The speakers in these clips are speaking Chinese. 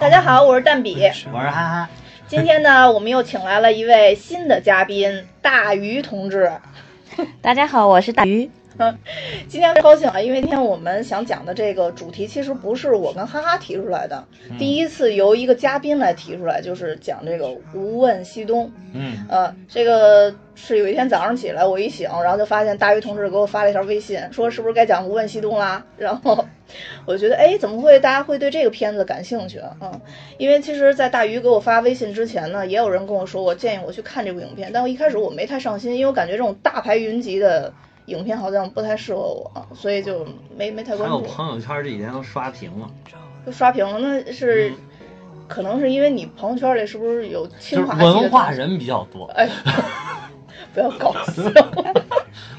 大家好，我是蛋比。我是憨憨，今天呢，我们又请来了一位新的嘉宾，大鱼同志。大家好，我是大鱼。今天高兴啊，因为今天我们想讲的这个主题其实不是我跟哈哈提出来的，嗯第一次由一个嘉宾来提出来，就是讲这个“无问西东”。嗯，呃，这个是有一天早上起来，我一醒，然后就发现大鱼同志给我发了一条微信，说是不是该讲《无问西东》啦？ 然后我就觉得，哎，怎么会大家会对这个片子感兴趣？嗯，因为其实，在大鱼给我发微信之前呢，也有人跟我说，我建议我去看这部影片，但我一开始我没太上心，因为我感觉这种大牌云集的影片好像不太适合我，啊所以就没没太还关有注。朋友圈这几天都刷屏了，就刷屏了，那是、嗯可能是因为你朋友圈里是不是有就是清华系的文化东西人比较多，哎，不要搞笑。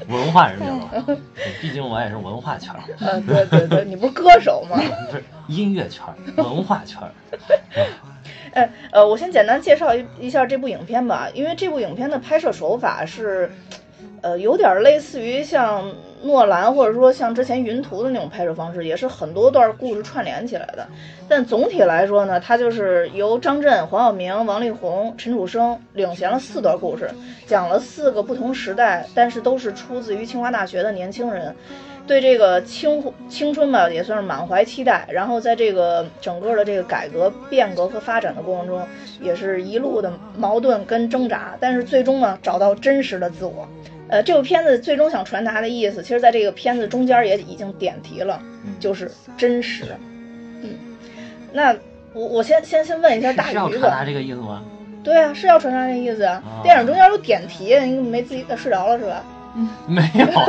文化人比较多，毕竟我也是文化圈儿，呃，对对对，你不是歌手吗？不是音乐圈儿，文化圈儿，呃呃，我先简单介绍一一下这部影片吧，因为这部影片的拍摄手法是，呃，有点类似于像诺兰或者说像之前云图的那种拍摄方式，也是很多段故事串联起来的。但总体来说呢，它就是由张震、黄晓明、王力宏、陈楚生领衔了四段故事，讲了四个不同时代，但是都是出自于清华大学的年轻人。对这个青青春吧，也算是满怀期待。然后在这个整个的这个改革、变革和发展的过程中，也是一路的矛盾跟挣扎，但是最终呢，找到真实的自我。呃，这部片子最终想传达的意思，其实在这个片子中间也已经点题了，就是真实。嗯，那我我先先先问一下是大是要鱼传吧达。这个意思吗？对啊，是要传达这意思啊。啊电影中间有点题，你没自己呃睡着了是吧？没有，啊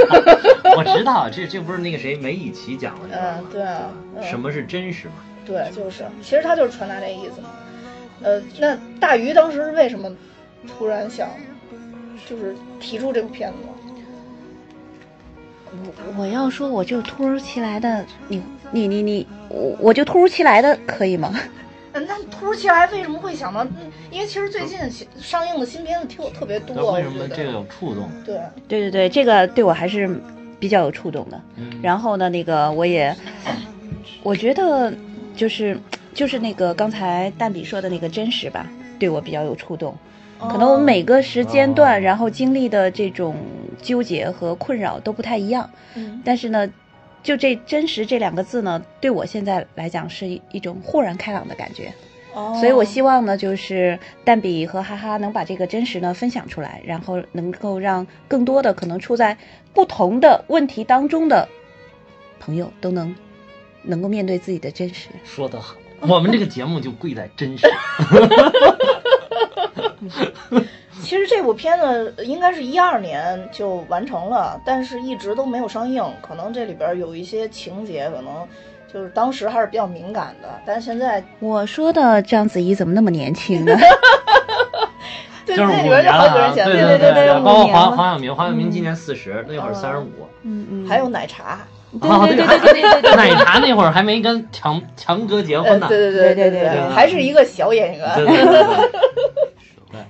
我知道啊这这不是那个谁梅以奇讲的这个嗯吗，对啊嗯什么是真实嘛？对，就是，其实他就是传达这意思嘛。呃，那大鱼当时是为什么突然想，就是提出这部片子呢？我我要说，我就突如其来的，你你你你，我我就突如其来的，可以吗？嗯，那突如其来为什么会想到？嗯因为其实最近起上映的新片子挺有特别多，那我为什觉么这个得。有触动？对，对对对，这个对我还是比较有触动的。嗯，然后呢，那个我也，我觉得就是就是那个刚才蛋比说的那个真实吧，对我比较有触动。可能我们每个时间哦段，然后经历的这种纠结和困扰都不太一样。嗯但是呢，就这“真实”这两个字呢，对我现在来讲是一一种豁然开朗的感觉。哦，所以我希望呢，就是蛋比和哈哈能把这个真实呢分享出来，然后能够让更多的可能处在不同的问题当中的朋友都能能够面对自己的真实。说得好，我们这个节目就贵在真实，其实这部片子应该是一二年就完成了，但是一直都没有上映。可能这里边有一些情节，可能就是当时还是比较敏感的，但是现在我说的章子怡怎么那么年轻呢？ 对就是那五里边年就好几个人了啊，写，对对对对，嗯五包括年黄了黄晓明，黄晓明今年四十，那会儿三十五。嗯嗯，还有奶茶，啊，对对对对对对对对 奶茶那会儿还没跟强强哥结婚呃，呢。对对对对对对，对还是一个小演对员。对 对对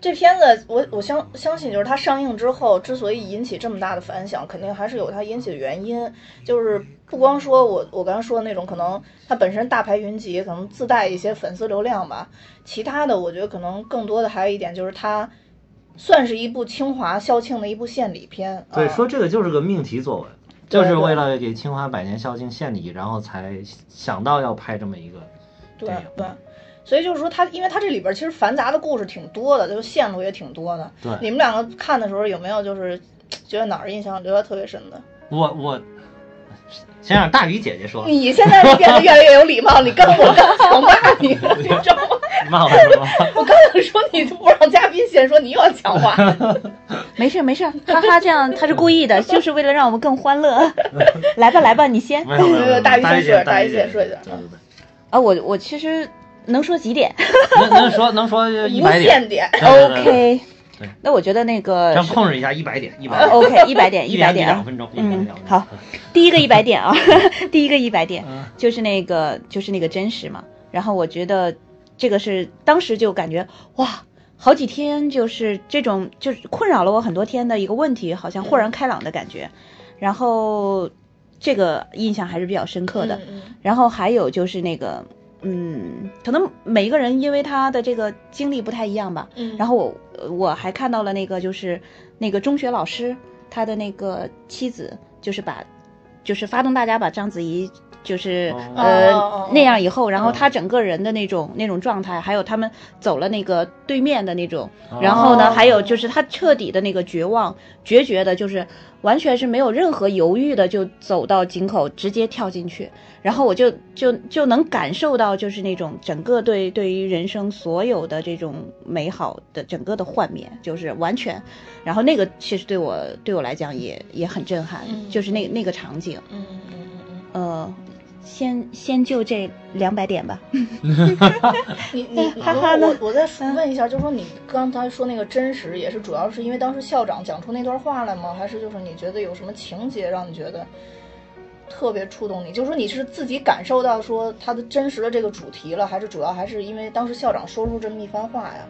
这片子我我相相信就是它上映之后之所以引起这么大的反响，肯定还是有它引起的原因，就是。不光说我我刚才说的那种，可能它本身大牌云集，可能自带一些粉丝流量吧。其他的，我觉得可能更多的还有一点就是它算是一部清华校庆的一部献礼片。对，啊说这个就是个命题作文，对就是为了给清华百年校庆献礼，然后才想到要拍这么一个对电影。对，所以就是说它，因为它这里边其实繁杂的故事挺多的，就是线路也挺多的。对，你们两个看的时候有没有就是觉得哪儿印象留下特别深的？我我先让大鱼姐姐说，你现在变得越来越有礼貌，你跟 我刚想骂你了，你知道吗？骂我什么？我刚想说你都不让嘉宾先说，你又要讲话。没事没事，哈哈，这样他是故意的，就是为了让我们更欢 乐。来吧来吧，你先。没有没有没 有，大鱼大先鱼睡姐，大鱼鱼姐先睡着对对对，啊，我我其实能说几点能能说能说 一无百点限点，对对对对 ？OK，对那我觉得那个咱控制一下一百点，一百呃点， OK 一百点一百点点两啊，分钟，一点嗯两分，钟。好，第一个一百点啊， 第一个一百点嗯就是那个就是那个真实嘛，然后我觉得这个是当时就感觉哇。好几天就是这种，就是困扰了我很多天的一个问题，好像豁然开朗的感觉。然后这个印象还是比较深刻的。嗯嗯然后还有就是那个，嗯，可能每一个人因为他的这个经历不太一样吧。嗯然后我呃我还看到了那个就是那个中学老师他的那个妻子，就是把就是发动大家把章子怡就是、哦呃、哦哦哦那样以后，然后嗯他整个人的那种、那种状态，还有他们走了那个对面的那种，哦然后呢，哦还有就是他彻底的那个绝望、决绝的，就是完全是没有任何犹豫的就走到井口，直接跳进去。然后我就就就能感受到，就是那种整个对对于人生所有的这种美好的整个的幻灭，就是完全。然后那个其实对我对我来讲也也很震撼，嗯就是那那个场景。嗯嗯嗯呃，先先就这两百点吧。嗯，你你哎哈哈我嗯呢我我再问一下，就说你刚才说那个真实，也是主要是因为当时校长讲出那段话来吗？还是就是你觉得有什么情节让你觉得特别触动你？就是说你是自己感受到说他的真实的这个主题了，还是主要还是因为当时校长说出这么一番话呀？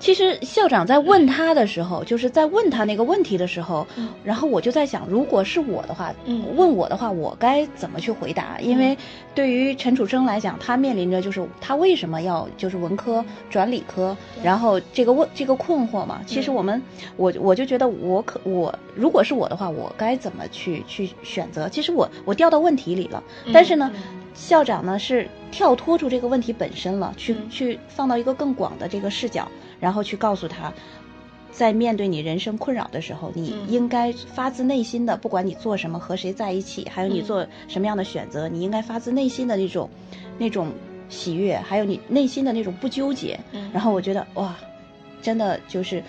其实校长在问他的时候，就是在问他那个问题的时候，嗯然后我就在想，如果是我的话，嗯问我的话，我该怎么去回答？因为对于陈楚生来讲，他面临着就是他为什么要就是文科转理科，然后这个问这个困惑嘛。其实我们，我我就觉得我可我如果是我的话，我该怎么去去选择？其实我我掉到问题里了，嗯但是呢，校长呢是跳脱出这个问题本身了，去、嗯去放到一个更广的这个视角，然后去告诉他，在面对你人生困扰的时候，你嗯应该发自内心的，不管你做什么、和谁在一起，还有你嗯做什么样的选择，你应该发自内心的那种那种喜悦，还有你内心的那种不纠结。嗯，然后我觉得哇，真的就是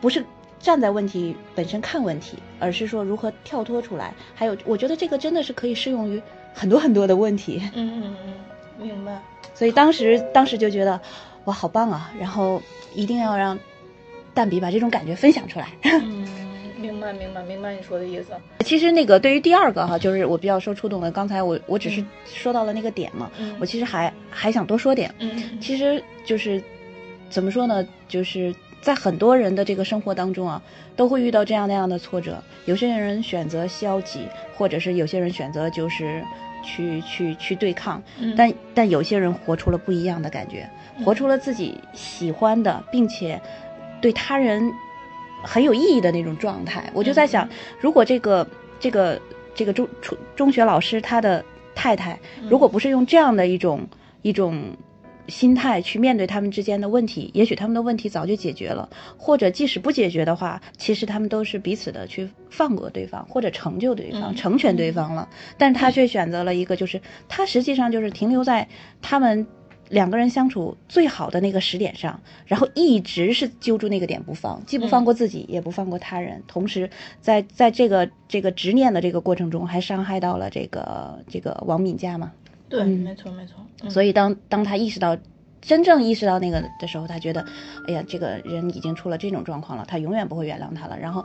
不是站在问题本身看问题，而是说如何跳脱出来。还有，我觉得这个真的是可以适用于很多很多的问题。 嗯嗯嗯，明白。所以当时当时就觉得哇，好棒啊！然后一定要让蛋比把这种感觉分享出来。 嗯，明白明白明白你说的意思。其实那个对于第二个哈，就是我比较受触动的，刚才我我只是说到了那个点嘛，嗯，我其实还还想多说点。嗯其实就是怎么说呢，就是在很多人的这个生活当中啊，都会遇到这样那样的挫折。有些人选择消极，或者是有些人选择就是去去去对抗，嗯但但有些人活出了不一样的感觉，嗯活出了自己喜欢的，并且对他人很有意义的那种状态。我就嗯在想，如果这个这个这个中初中学老师他的太太，嗯如果不是用这样的一种一种心态去面对他们之间的问题，也许他们的问题早就解决了，或者即使不解决的话，其实他们都是彼此的去放过对方，或者成就对方、嗯成全对方了。但是他却选择了一个，就是他实际上就是停留在他们。两个人相处最好的那个时点上，然后一直是揪住那个点不放，既不放过自己，也不放过他人，同时在在这个这个执念的这个过程中，还伤害到了这个这个王敏佳嘛。对，嗯没错没错。嗯所以当当他意识到，真正意识到那个的时候，他觉得，哎呀，这个人已经出了这种状况了，他永远不会原谅他了。然后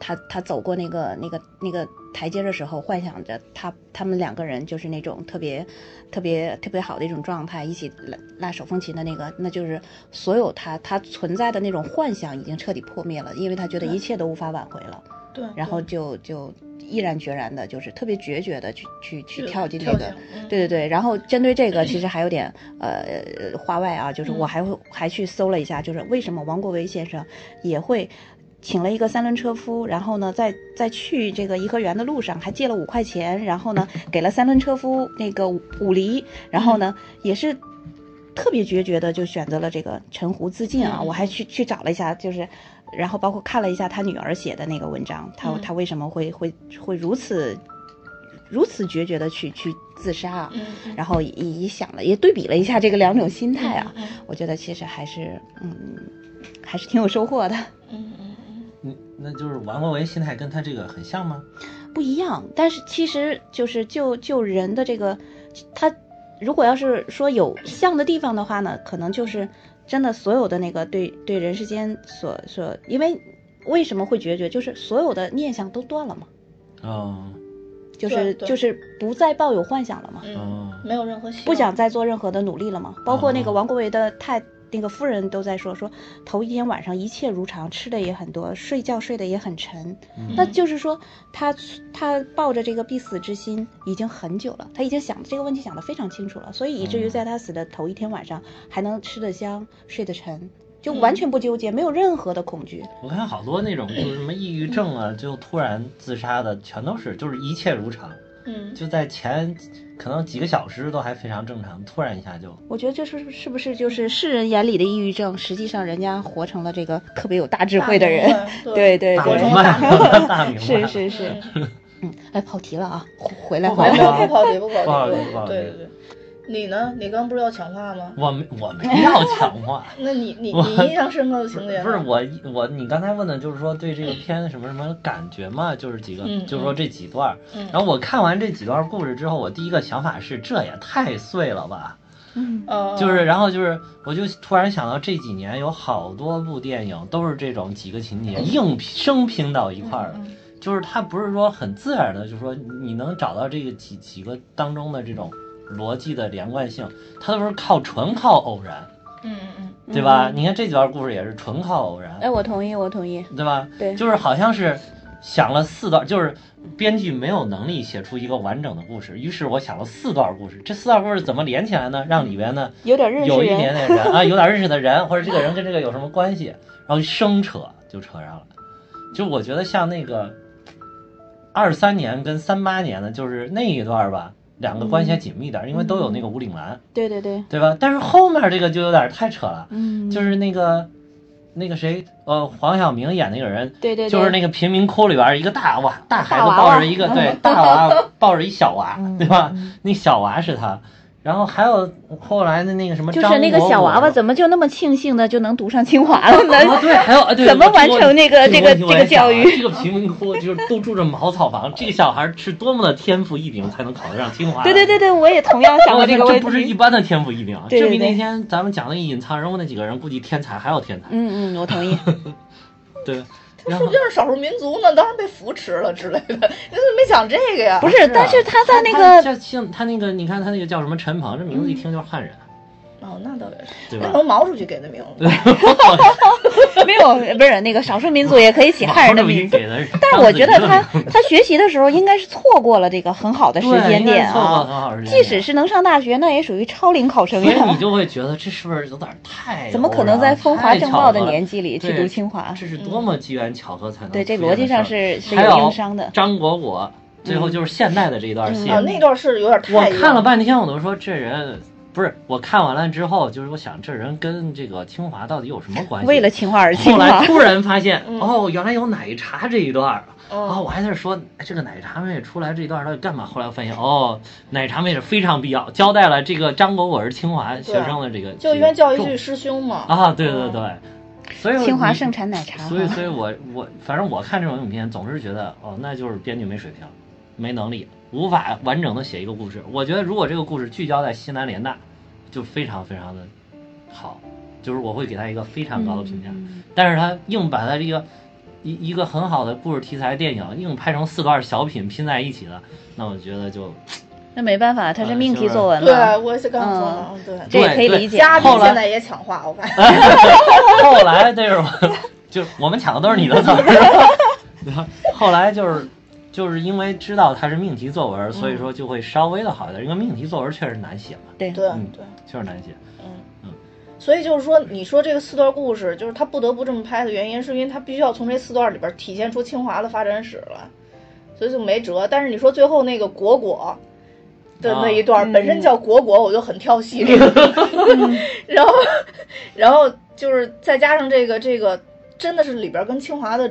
他，他走过那个那个那个台阶的时候，幻想着他他们两个人就是那种特别特别特别好的一种状态，一起拉拉手风琴的那个，那就是所有他他存在的那种幻想已经彻底破灭了，因为他觉得一切都无法挽回了。对，然后对就就毅然决然的，就是特别决绝的去去去就跳进那跳个进嗯对对对，然后针对这个，其实还有点呃话外啊，就是我嗯还会还去搜了一下，就是为什么王国维先生也会请了一个三轮车夫，然后呢，在在去这个颐和园的路上还借了五块钱，然后 呢，给了三轮车夫那个五五厘，然后呢，也是。特别决绝的就选择了这个沉湖自尽啊！嗯我还去去找了一下，就是，然后包括看了一下他女儿写的那个文章，他嗯他为什么会会会如此如此决绝的去去自杀啊？嗯嗯然后也也想了，也对比了一下这个两种心态啊，嗯我觉得其实还是嗯，还是挺有收获的。嗯嗯嗯嗯，那就是王国维心态跟他这个很像吗？不一样，但是其实就是就就人的这个，他如果要是说有像的地方的话呢，可能就是真的所有的那个对对人世间所所，因为为什么会决绝，就是所有的念想都断了嘛，哦就对是对就是不再抱有幻想了嘛。嗯嗯，哦，没有任何希望嗯不想再做任何的努力了嘛。包括那个王国维的太那个夫人都在说，说头一天晚上一切如常，吃的也很多，睡觉睡得也很沉。嗯那就是说，他他抱着这个必死之心已经很久了，他已经想这个问题想得非常清楚了，所以以至于嗯在他死的头一天晚上还能吃得香，睡得沉，就嗯完全不纠结，没有任何的恐惧。我看好多那种就是什么抑郁症啊，就突然自杀的，全都是就是一切如常，嗯，就在前可能几个小时都还非常正常，突然一下就我觉得这是是不是就是世人眼里的抑郁症，实际上人家活成了这个特别有大智慧的人。 大明白对对大活 明成了对，白了，大明白是了。是是，嗯嗯，哎，跑题了啊，回回来不回好没意有思没来啊。有不跑题不不好跑意题思不好意思对对对，你呢？你刚不是要抢话吗？我没我没要强化， 那你你我你印象深刻的情啊节呢不是我一我你刚才问的就是说对这个片什么什么感觉嘛，就是几个嗯就是说这几段儿，嗯然后我看完这几段故事之后，我第一个想法是这也太碎了吧，嗯哦就是然后就是我就突然想到这几年有好多部电影都是这种几个情节硬拼生拼到一块儿嗯了，就是它不是说很自然的，就是说你能找到这个几几个当中的这种逻辑的连贯性，它都是靠纯靠偶然，嗯嗯对吧？你看这几段故事也是纯靠偶然，哎，我同意，我同意。对吧？对就是好像是想了四段，就是编剧没有能力写出一个完整的故事，于是我想了四段故事。这四段故事怎么连起来呢？让里边呢有点认识有一人点点人啊，有点认识的人，或者这个人跟这个有什么关系，然后生扯就扯上了。就我觉得像那个二三年跟三八年的，就是那一段吧，两个关系还紧密点儿，因为都有那嗯个吴岭澜，对对对，对吧？但是后面这个就有点太扯了，嗯，就是那个那个谁，呃，黄晓明演那个人，对对，就是对那个贫民窟里边儿一个大娃，大孩子大娃嗯抱娃着一 个对大娃抱着一小娃，对吧？那小娃是他，然后还有后来的那个什么就张是那个小娃娃么怎么就那么庆幸的就能读上清华 了啊呢？对，还有啊对怎么完成那个这这个问题我这也个教想啊育这个贫民窟就是都住着茅草房，这个小孩是多么的天赋异禀才能考得上清华？对对对对，我也同样想我过觉这得个问这不是一题。般的天赋异禀啊！对对这比那对天咱们讲那个隐藏人物那几个人，估计天才还要天才，嗯嗯，我同 意。对。他然说不后定是少数民族呢，当然被扶持了之类的。你怎 么没讲这个呀？不是，是，啊但是他在那他个嗯像像他那个，你看他那个叫什么陈鹏，这名字一听就是汉人，啊哦，那倒也是，对那吧？能毛主席给的名字。没有不是那个少数民族也可 以起汉人的名字，给的人，但是我觉得他他学习的时候应该是错过了这个很好的时对间应该点是错过啊。很好的时间即点使是能上大学，那也属于超龄考生所 以你呀。就会觉得这是不是有点太怎么可能在风华正茂的年纪纪里去读清华？这是多么机缘巧合才能对，这出现的逻辑上事儿是是还有有硬伤 的。嗯哦张果果，最后就是现代的这一段戏，啊，那段是有点我太。看了，半天，我都说这人。不是，我看完了之后，就是我想这人跟这个清华到底有什么关系？为了清华而清后华 来，突然发现，嗯哦，原来有奶茶这一段儿。啊、嗯，我还在说哎这个奶茶妹出来这一段到底干嘛？后来我发现，哦，奶茶妹是非常必要，交代了这个张果果是清华学生的这个，就因为教育嗯这局个师兄嘛。啊，对对对，所以清华你盛产奶茶所以哈所以我我反正我看这种影片总是觉得，哦，那就是编剧没水平，没能力，无法完整的写一个故事。我觉得如果这个故事聚焦在西南联大，就非常非常的好，就是我会给他一个非常高的评价。嗯但是他硬把他这个一一个很好的故事题材电影硬拍成四段小品拼在一起的，那我觉得就 那没办法，它是嗯命题就是作文嘛。对，我也是刚刚说的，嗯，对。这也可以对理解。嘉宾后来嗯现在也抢话，我发现。后来那种就是我们抢的都是你的词儿是吧，后来就是。就是因为知道它是命题作文，所以说就会稍微的好一点。因为命题作文确实难写嘛，对对嗯对，确实难写。嗯嗯。所以就是说，你说这个四段故事，就是他不得不这么拍的原因，是因为他必须要从这四段里边体现出清华的发展史来，所以就没辙。但是你说最后那个果果的啊那一段，本身叫果果，我就很挑戏这个，然后然后就是再加上这个这个，真的是里边跟清华的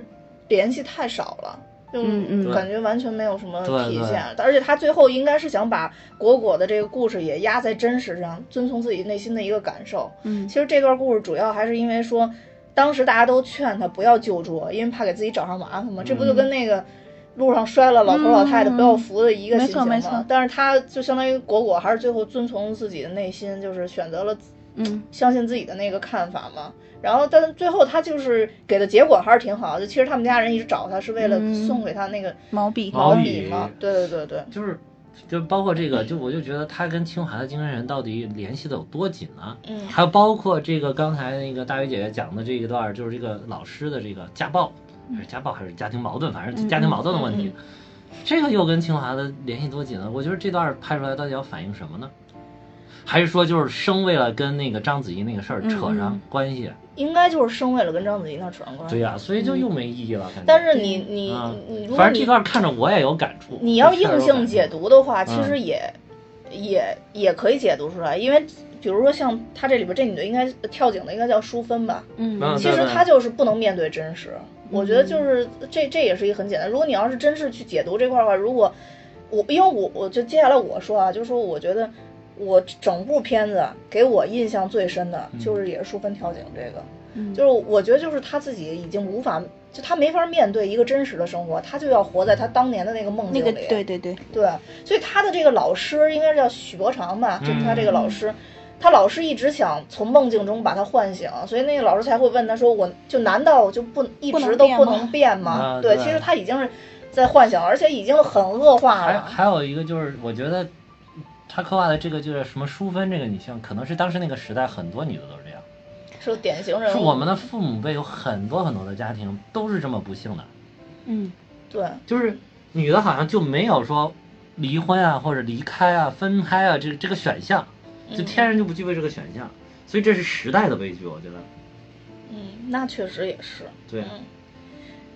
联系太少了。就嗯嗯感觉完全没有什么对体对现，而且他最后应该是想把果果的这个故事也压在真实上，遵从自己内心的一个感受。嗯其实这段故事主要还是因为说，当时大家都劝他不要救助，因为怕给自己找上麻烦嘛。这不就嗯跟那个路上摔了老头老太太不要扶的一个嗯心情没错没错吗？但是他就相当于果果还是最后遵从自己的内心，就是选择了嗯，相信自己的那个看法嘛。然后，但最后他就是给的结果还是挺好的。就其实他们家人一直找他是为了嗯送给他那个毛笔毛毛笔笔嘛。对对对对，就是就包括这个，就我就觉得他跟清华的精神人到底联系的有多紧啊？嗯还有包括这个刚才那个大鱼姐姐讲的这一段儿，就是这个老师的这个家暴，嗯还是家暴还是家庭矛盾，反正家庭矛盾的问题，这个又跟清华的联系多紧呢？我觉得这段儿拍出来到底要反映什么呢？还是说就是生为了跟那个章子怡那个事儿扯嗯上关系？应该就是生为了跟章子怡那儿扯上关系。对呀、所以就又没意义了。感觉嗯但是你你啊你，如果反正这你段看着我也有感触。你要这事硬儿有感性触解读的话，嗯其实也也也可以解读出来，因为比如说像她这里边这女的应该跳井的应该叫淑芬吧，嗯嗯其实对她就是不能面对真实。我觉得就是这这也是一个很简单。如果你要是真是去解读这块儿的话，如果我因为我我就接下来我说啊，就是说我觉得我整部片子给我印象最深的嗯就是也是淑芬跳井这个。嗯就是我觉得就是他自己已经无法，就他没法面对一个真实的生活，他就要活在他当年的那个梦那境里。个对对对，对所以他的这个老师应该是叫许伯常吧，就是他这嗯个老师。他老师一直想从梦境中把他唤醒，所以那个老师才会问他说：“我就难道我就不一不能直都变不吗能变吗？”啊对，对其实他已经是在幻想，而且已经很恶化还了。还有一个就是，我觉得他刻画的这个就是什么淑芬这个女性，可能是当时那个时代很多女的都是这样，是个典型人物。是我们的父母辈有很多很多的家庭都是这么不幸的，嗯对，就是女的好像就没有说离婚啊或者离开啊分开啊这这个选项，就嗯天然就不具备这个选项，所以这是时代的悲剧，我觉得。嗯，那确实也是。对，啊嗯，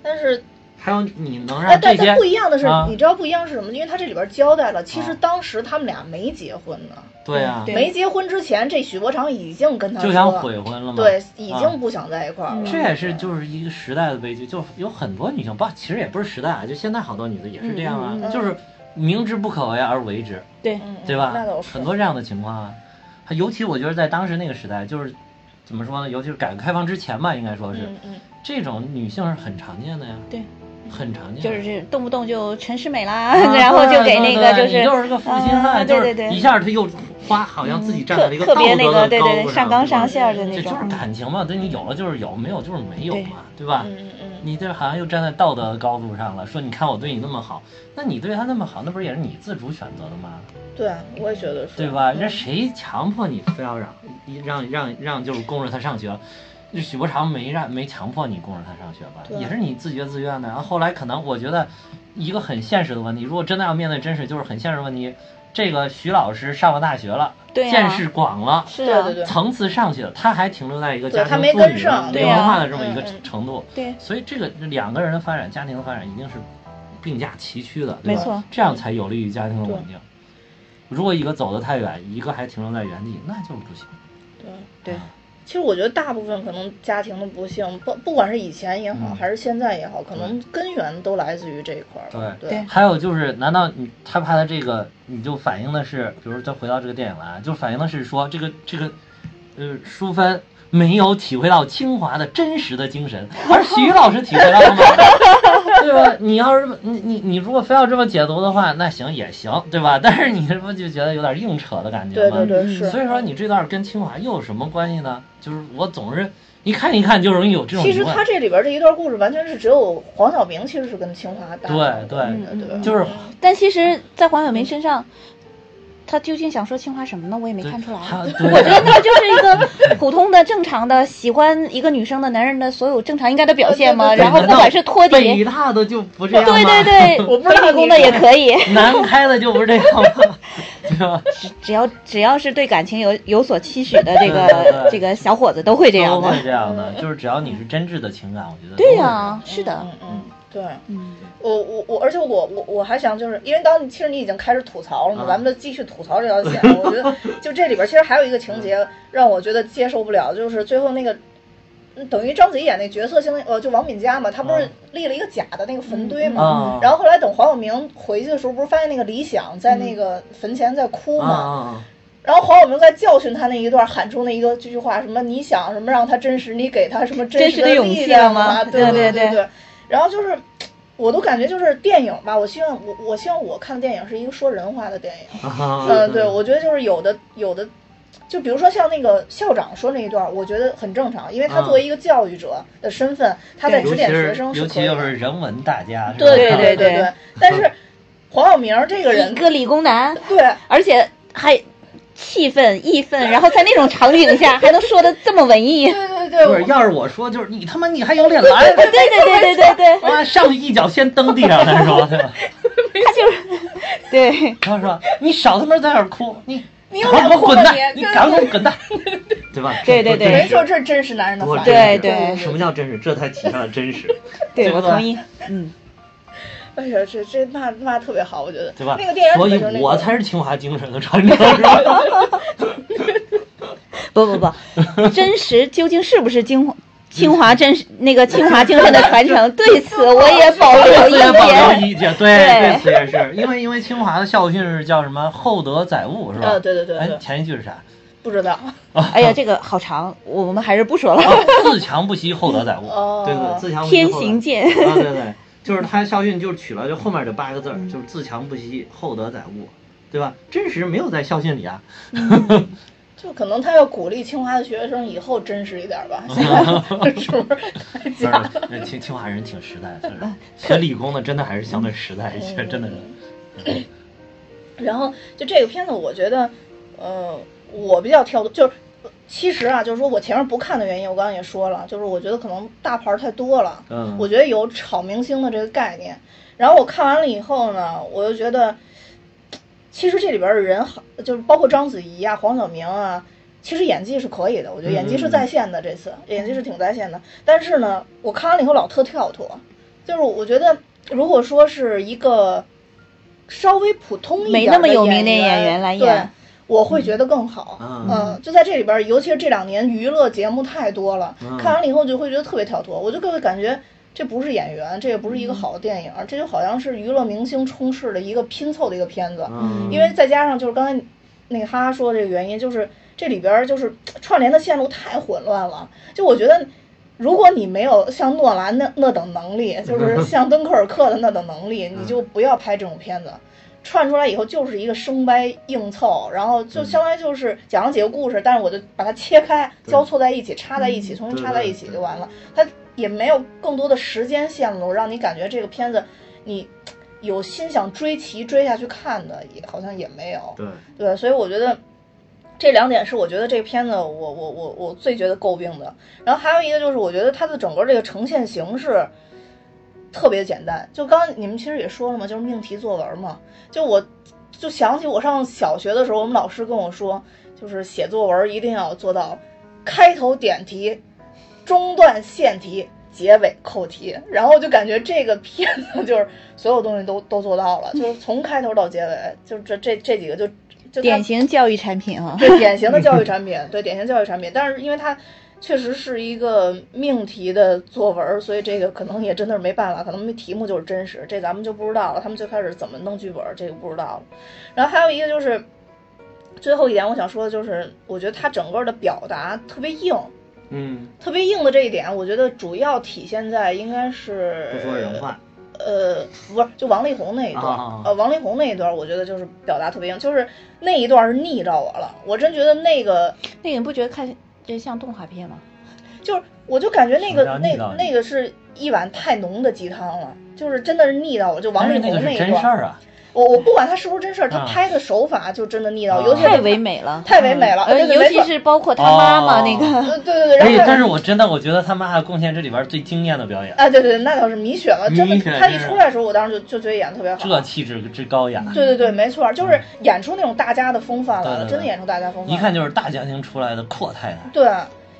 但是还有你能哎，让这但些但不一样的是，啊你知道不一样是什么？因为他这里边交代了，其实啊当时他们俩没结婚呢，对啊，对没结婚之前，这许伯常已经跟他就说想悔婚了嘛。对，已啊经不想在一块儿了。嗯这也是就是一个时代的悲剧，就有很多女性，不，其实也不是时代啊，就现在好多女的也是这样啊，嗯嗯嗯就是明知不可为而为之，对，嗯，嗯对吧？那倒是很多这样的情况啊，还尤其我觉得在当时那个时代，就是怎么说呢？尤其是改革开放之前吧，应该说是、嗯嗯，这种女性是很常见的呀，对，很常见。就是这动不动就陈世美啦，啊 然后就给那个对就对对是你就是个负心啊汉，对就对是对一下他又花，好像自己站在了一嗯个特道特别那德个的对对高对度上纲上线儿的那这就种是，感情嘛，对你有了就是有，没有就是没有嘛，对吧？嗯嗯嗯啊你这好像又站在道德高度上了，说你看我对你那么好，那你对他那么好，那不是也是你自主选择的吗？对，啊我也觉得是，对吧？嗯这谁强迫你非要让让让让就是供着他上学？这许伯常没让没强迫你供着他上学吧，对也是你自觉自愿的。然后后来可能我觉得一个很现实的问题，如果真的要面对真实，就是很现实的问题。这个许老师上了大学了，对啊见识广了，是对啊，对对，层次上去了，他还停留在一个对家他庭没妇跟女上对流文啊化的这么一个嗯嗯程度。对所以这个两个人的发展，家庭的发展一定是并驾齐驱的，没对吧错，这样才有利于家庭的稳定。如果一个走得太远，一个还停留在原地，那就是不行。对。对啊其实我觉得大部分可能家庭的不幸，不不管是以前也好，嗯还是现在也好，可能根源都来自于这一块儿。对对对还有就是，难道你他拍的这个，你就反映的是，比如再回到这个电影来啊，就反映的是说这个这个，呃，淑芬没有体会到清华的真实的精神，而徐老师体会到了吗？ 对吧？你要是你你你如果非要这么解读的话，那行也行，对吧？但是你这不就觉得有点硬扯的感觉对吗？对对，嗯是。所以说你这段跟清华又有什么关系呢？就是我总是一看一看就容易有这种其实疑问他这里边这一段故事完全是只有黄晓明其实是跟清华搭档的嗯对对对对，就是但其实，在黄晓明身上，他究竟想说清华什么呢？我也没看 出来。啊 他我觉得他就是一个普通的、正常的喜欢一个女生的男人的所有正常应该的表现嘛。对呃对然后不管是托底，北大的就不这样吗？对对 对，我不知道北理工的你也说可以，南开的就不是这样吗？对吧？只要只要是对感情有有所期许的这对对个对这个小伙子都会 这样都会的。这样的，就是只要你是真挚的情感，我觉 得对呀、呀，是的，嗯嗯，对。嗯，我我我，而且我我我还想，就是因为当你其实你已经开始吐槽了嘛，啊咱们就继续吐槽这条线。我觉得就这里边其实还有一个情嗯节让我觉得接受不了，就是最后那个。嗯等于章子怡演那角色，相当于呃，就王敏佳嘛，她不是啊立了一个假的那个坟堆嗯嘛，啊，然后后来等黄晓明回去的时候，不是发现那个李想在那个坟前在哭啊嘛，嗯啊啊，然后黄晓明在教训他那一段喊出那一个句句话，什么你想什么让他真实，你给他什么真实实的勇力气量了吗啊对对对对对。然后就是，我都感觉就是电影吧，我希望我我希望我看的电影是一个说人话的电影。嗯啊呃，对，我觉得就是有的有的，就比如说像那个校长说那一段，我觉得很正常，因为他啊作为一个教育者的身份，他在对尤指其点学是生尤可其以又的。 是人文大家，是吧对对对对对。但是黄晓明这个人嗯一，个理工男，对，而且还气愤、义愤，然后在那种场景下还能说的这么文艺， 对对不是，对，要是我说，就是你他妈你还有脸来？ 对对对对对对，妈上去一脚先蹬地上再说，对吧？他就是对，然后说你少他妈在那儿哭，你你有赶脸紧哭滚吧蛋，你你对赶对紧滚 蛋，对吧？对对对这对，这没是错，这是真实男人的多反应。真对实对什么叫真实？这才体现了真实，对对我吧同意，嗯，哎呀，这这骂骂特别好，我觉得。对吧？那个电影所里以面就是那我个才是清华精神 的传承，是吧？不不 不，真实究竟是不是清华清华真实那个清华精神的传 承？对此我也保留对，意保留 见。意见，对对，对此也是，因为因为清华的校训是叫什么“厚德载物”，是吧？啊对对对哎对，前一句是啥？不知道。哎呀，这个好长，我们还是不说 啊了。自强不息，厚德载物。哦对对，自强不息。天厚德行健， 啊，对对，就是他校训就取了就后面这八个字儿，嗯就是自强不息，厚德载物，对吧？真实没有在校训里啊，就可能他要鼓励清华的学生以后真实一点吧，现 在是不是太不是假了？那清清华人挺实在，确实啊学理工的真的还是相对实在一嗯些，真的是。然后就这个片子，我觉得，呃，我比较挑，就是其实啊，就是说我前面不看的原因，我刚刚也说了，就是我觉得可能大牌儿太多了，嗯我觉得有炒明星的这个概念。然后我看完了以后呢，我就觉得，其实这里边的人好，就是包括章子怡啊、黄晓明啊，其实演技是可以的，我觉得演技是在线的，这次演技是挺在线的。但是呢，我看完了以后老特跳脱，就是我觉得如果说是一个稍微普通一点没那么的有名的演员员来对演我会觉得更好。嗯就在这里边儿，尤其是这两年娱乐节目太多了，嗯看完了以后就会觉得特别跳脱，我就会感觉。这不是演员，这也不是一嗯个好的电影，这就好像是娱乐明星充斥的一个拼凑的一个片子。嗯，因为再加上就是刚才那个哈哈说的这个原因，就是这里边儿就是串联的线路太混乱了。就我觉得，如果你没有像诺兰那那等能力， 就是像敦刻尔克的那等能力，嗯你就不要拍这种片子。串出来以后就是一个生掰硬凑，然后嗯就相当于就是讲了几个故事，但是我就把它切开对嗯交错在一起，插在一起，重新对插对在一起对就完了。它也没有更多的时间线路，让你感觉这个片子你有心想追齐追下去看的，也好像也没有。对，对，所以我觉得这两点是我觉得这个片子我我我我最觉得诟病的。然后还有一个就是，我觉得它的整个这个呈现形式特别简单。就刚你们其实也说了嘛，就是命题作文嘛。就我就想起我上小学的时候，我们老师跟我说，就是写作文一定要做到开头点题，中段线题。结尾扣题，然后我就感觉这个片子就是所有东西都都做到了，就是从开头到结尾，就这这这几个就就它典型教育产品啊。 对典型的教育产品，对典型教育产品。但是因为它确实是一个命题的作文儿，所以这个可能也真的是没办法，可能题目就是真实，这咱们就不知道了。他们最开始怎么弄剧本儿，这个不知道了。然后还有一个就是最后一点，我想说的就是，我觉得它整个的表达特别硬。嗯，特别硬的这一点，我觉得主要体现在应该是不说人话，呃，不是，就王力宏那一段儿，啊呃，王力宏那一段儿，我觉得就是表达特别硬，就是那一段儿是逆着我了，我真觉得那个那你不觉得看这像动画片吗？就是，我就感觉那什个么叫那腻到你那个是一碗太浓的鸡汤了，就是真的是腻到我，就王力但是那宏个是一真事段，儿啊，我我不管他是不是真事儿，他啊拍的手法就真的腻到，啊尤其是太唯美了，太唯美了嗯对呃对尤没其错是包括他妈妈哦那个，呃对对对，而然且后哎但是我真的我觉得他妈的贡献这里边最惊艳的表演，啊，对对，对那倒是米雪嘛，真的米雪他一真是出来的时候，我当时就就觉得演的特别好，这气质之高雅，对对对，没错，就是演出那种大家的风范来了，对对对真的演出大家风范。一看就是大家庭出来的阔太太。对，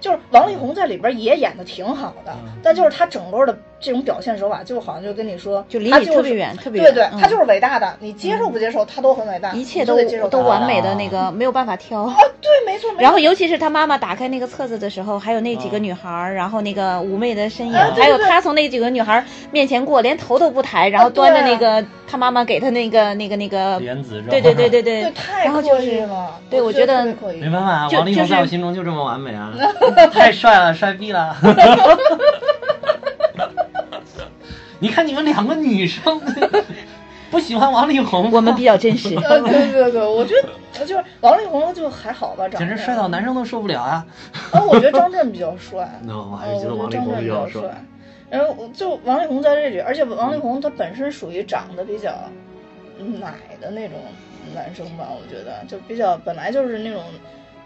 就是王力宏在里边也演的挺好的，嗯但就是他整个的这种表现手法，就好像就跟你说，就离他你就是特别远，特别对远。对，嗯他就是伟大的，你接受不接受，他都很伟大，一切你都就得接受他都完美的啊那个，没有办法挑。对，没 错，没错。然后尤其是他妈妈打开那个册子的时候，还有那几个啊女孩儿，然后那个妩媚的身影，啊对还有对他从那几个女孩儿面前过，连头都不抬，然后啊对端着那个、他妈妈给他那个那个那个，原子之对对对对对对，太然后就刻意是了，对我我觉得特别刻意没办法，啊就王力宏就是在我心中就这么完 美啊，太帅了，帅毙了！ 你看你们两个女生 不喜欢王力宏，我们比较真实。呃，对对对，我觉得呃就是王力宏就还好吧，长 简直得帅到男生都受不了啊！啊，我觉得张震比较帅。那我还哦，是觉得我王觉张力宏震比比较较帅。帅。然后我就王力宏在这里，而且王力宏他本身属于长得比较奶的那种男生吧，我觉得就比较本来就是那种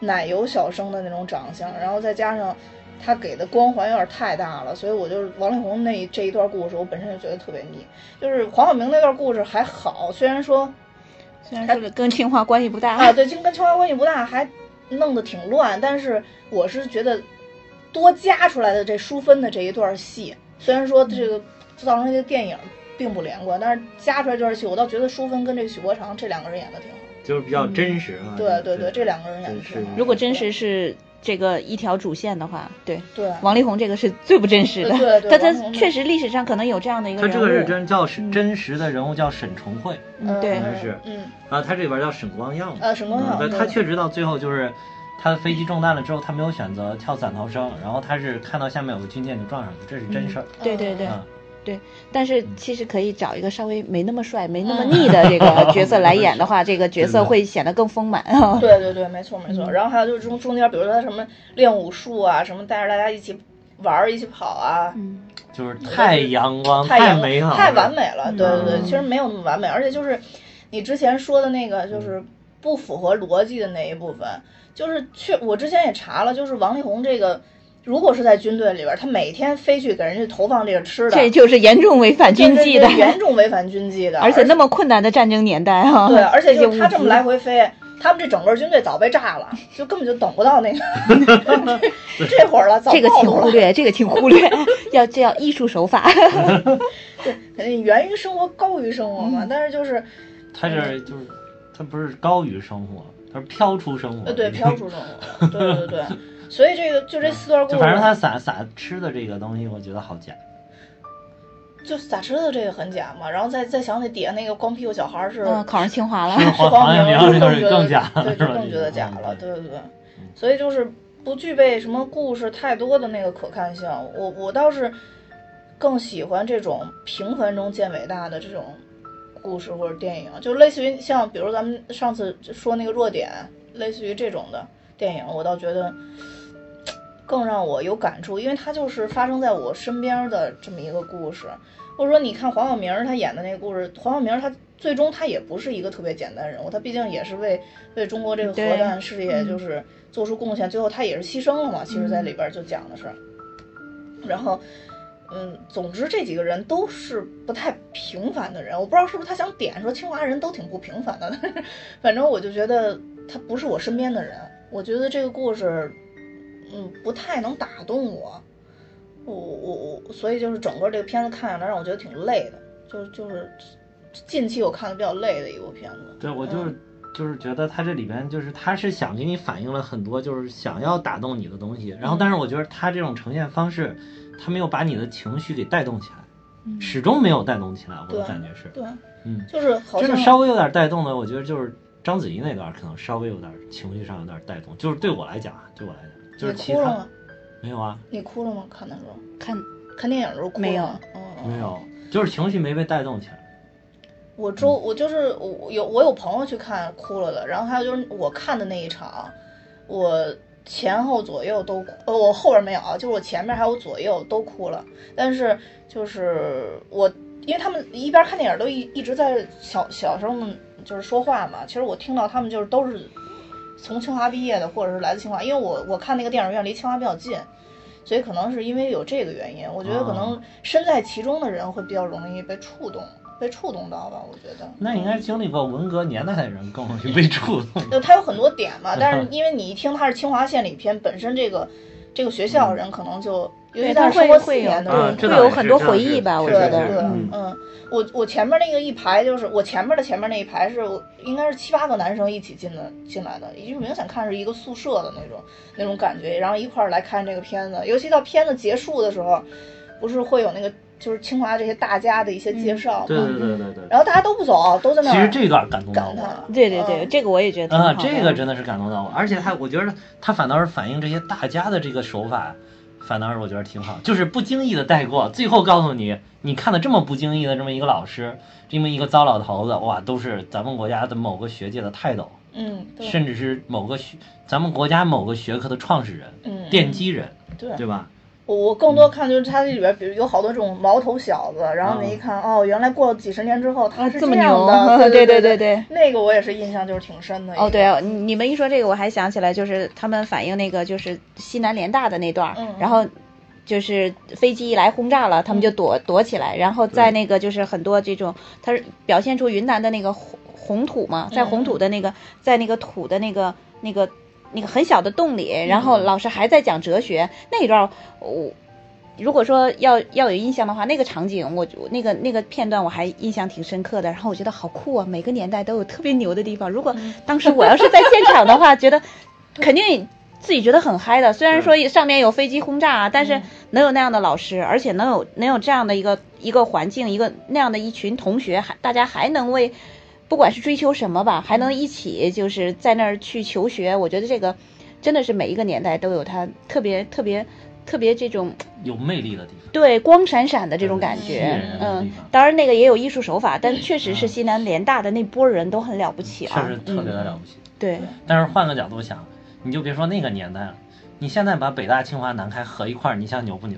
奶油小生的那种长相，然后再加上他给的光环有点太大了，所以我就是王力宏那一这一段故事，我本身就觉得特别腻。就是黄晓明那段故事还好，虽然说虽然说跟清华关系不大啊，对，跟跟清华关系不大，还弄得挺乱，但是我是觉得多加出来的这淑芬的这一段戏，虽然说这个造成这个电影并不连贯，但是加出来这段戏，我倒觉得淑芬跟这个许国强这两个人演的挺好。就是比较真实啊。对对对，这两个人演的挺好。如果真实是这个一条主线的话，对，对王力宏这个是最不真实的。对对王但力他宏确实历史上可能有这样的一他个人这物。个是真叫沈真实的人物叫沈重惠嗯对应该是嗯啊，他这里边叫沈光耀嘛。呃沈光耀嗯对对他确实到最后就是。他飞机中弹了之后，他没有选择跳伞逃生，然后他是看到下面有个军舰就撞上去，这是真事儿。嗯对对对、啊对，但是其实可以找一个稍微没那么帅、没那么腻的这个角色来演的话，这个角色会显得更丰满啊。对对对，没错没错。然后还有就是中中间，比如说他什么练武术啊，什么带着大家一起玩儿、一起跑啊，嗯，就是太阳光、太美好、太完。美了。对对对，嗯其实没有那么完美，而且就是你之前说的那个，嗯就是不符合逻辑的那一部分，就是确我之前也查了，就是王力宏这个。如果是在军队里边，他每天飞去给人家投放这个吃的，这就是严重违反军纪的对对，对 严重违反军纪的，而且那么困难的战争年代啊，对，而 且这些就是他物这么资来回飞，他们这整个军队早被炸了，就根本就等不到那 个这这会儿了，早这个暴请露忽了。略，这个请忽略，要这叫艺术手法。肯定源于生活高于生活嗯嘛，但是就是他是就是他不是高于生活，他是飘出生活。呃 对飘出生活，对对对，所以这个就这四段故就事，反正他撒撒吃的这个东西，我觉得好假。就撒车的这个很假嘛，然后再再想起底下那个光屁股小孩儿是嗯，考上清华了，是是黄晓明，明就更是觉更得假了，对，是就吧？更觉得假这个嗯了，对对对，所以就是不具备什么故事太多的那个可看性。我我倒是更喜欢这种平凡中见伟大的这种故事或者电影，就类似于像比如咱们上次说那个弱点，类似于这种的电影，我倒觉得。更让我有感触，因为它就是发生在我身边的这么一个故事，或者说你看黄晓明儿他演的那个故事，黄晓明儿他最终他也不是一个特别简单人物，他毕竟也是为为中国这个对核弹事业就是做出贡献，最后他也是牺牲了嘛。其实，在里边儿就讲的是，然后。嗯，总之这几个人都是不太平凡的人，我不知道是不是他想点说清华人都挺不平凡的，但是反正我就觉得他不是我身边的人，我觉得这个故事，嗯，不太能打动我，我我我，所以就是整个这个片子看下来让我觉得挺累的，就是就是近期我看的比较累的一部片子。对，我就是就是觉得他这里边就是他是想给你反映了很多就是想要打动你的东西，然后嗯但是我觉得他这种呈现方式，他没有把你的情绪给带动起来，嗯始终没有带动起来，我的对感觉是，对，啊嗯，就是好真像的稍微有点带动的，我觉得就是章子怡那段可能稍微有点情绪上有点带动，就是对我来讲啊，对我来讲就是你其哭了他吗？没有啊，你哭了吗？看的时候，嗯看看电影的时候哭了吗没有哦，没有，就是情绪没被带动起来。我周我就是我有我有朋友去看哭了的，然后还有就是我看的那一场，我前后左右都哭，呃，我后边没有啊，就是我前面还有左右都哭了，但是就是我，因为他们一边看电影都一一直在小小声的，就是说话嘛，其实我听到他们就是都是从清华毕业的，或者是来自清华，因为我我看那个电影院离清华比较近。所以可能是因为有这个原因，我觉得可能身在其中的人会比较容易被触动，被触动到吧。我觉得，那应该经历过文革年代的人更容易 被触动。就它有很多点嘛，但 是因为你一听它是清华县里片，本身这个这个学校嗯的人可能就，尤其对在他生会活四会有年的啊人对这会倒有也很是多这倒回是忆吧，是我是觉对得对，嗯嗯，我我前面那个一排就是我前面的前面那一排是我应该是七八个男生一起进的进来的，也就是明显看是一个宿舍的那种那种感觉，然后一块儿来看这个片子，尤其到片子结束的时候，不是会有那个就是清华这些大家的一些介绍嘛，嗯对对对对对。然后大家都不走，都在那其实儿这段感动到感我叹了。，对对对，嗯这个我也觉得挺啊、好的这个真的是感动到我，而且他，我觉得他反倒是反映这些大家的这个手法，反倒是我觉得挺好，就是不经意的带过，最后告诉你，你看的这么不经意的这么一个老师，这么一个糟老头子，哇，都是咱们国家的某个学界的泰斗，嗯，对，甚至是某个学，咱们国家某个学科的创始人、嗯，奠基人，对，对吧？我我更多看就是它这里边，比如有好多这种毛头小子，然后你一看，哦，原来过了几十年之后他嗯啊是这么样牛 的，对对对对对对那个我也是印象就是挺深的。哦，对、啊，你你们一说这个，我还想起来，就是他们反映那个就是西南联大的那段儿，嗯嗯嗯然后就是飞机一来轰炸了，他们就躲、躲起来，然后在那个就是很多这种，它是表现出云南的那个红红土嘛，嗯在红土的那个、在那个土的那个那个那个很小的洞里，然后老师还在讲哲学、那一段儿，我。如果说要要有印象的话，那个场景我我那个那个片段我还印象挺深刻的。然后我觉得好酷啊，每个年代都有特别牛的地方。如果当时我要是在现场的话，觉得肯定自己觉得很嗨的。虽然说上面有飞机轰炸啊，但嗯是能有那样的老师，而且能有能有这样的一个一个环境，一个那样的一群同学，还大家还能为不管是追求什么吧，还嗯能一起就是在那儿去求学。我觉得这个真的是每一个年代都有它特别特别特别这种。有魅力的地方。对，光闪闪的这种感吸觉引人，的地嗯方，当然那个也有艺术手法，但确实是西南联大的那波人都很了不起确啊实，特别的了不起。对，但是换个角度想，你就别说那个年代了，你现在把北大、清华、南开合一块儿，你想牛不牛？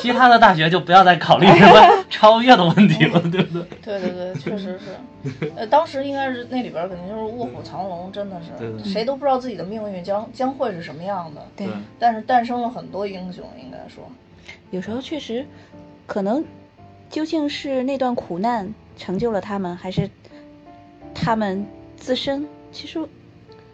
其他的大学就不要再考虑什么超越的问题了，对不对？对对嗯对，确实是。 呃，当时应该是那里边肯定就是卧虎藏龙，真的对对是对谁都不知道自己的命运将将会是什么样的。对，但是诞生了很多英雄，应该说，有时候确实，可能究竟是那段苦难成就了他们，还是他们自身？其实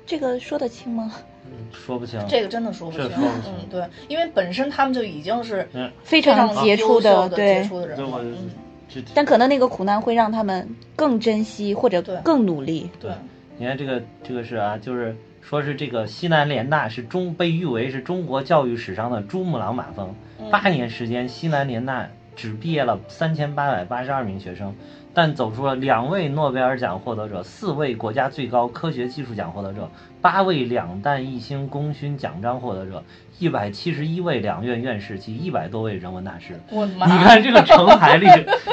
这个说得清吗？嗯说不清。这个真的说不清。这说不清嗯，对，因为本身他们就已经是嗯，非非常常杰优出秀的、杰对，出的人这我了。嗯，这但可能那个苦难会让他们更珍惜或者对更努力。对，你看这个这个是啊，就是说是这个西南联大是中被誉为是中国教育史上的珠穆朗玛峰。八年时间，西南联大只毕业了三千八百八十二名学生，但走出了两位诺贝尔奖获得者、四位国家最高科学技术奖获得者、八位两弹一星功勋奖章获得者、一百七十一位两院院士及一百多位人文大师。我的 你妈！看这个成才率，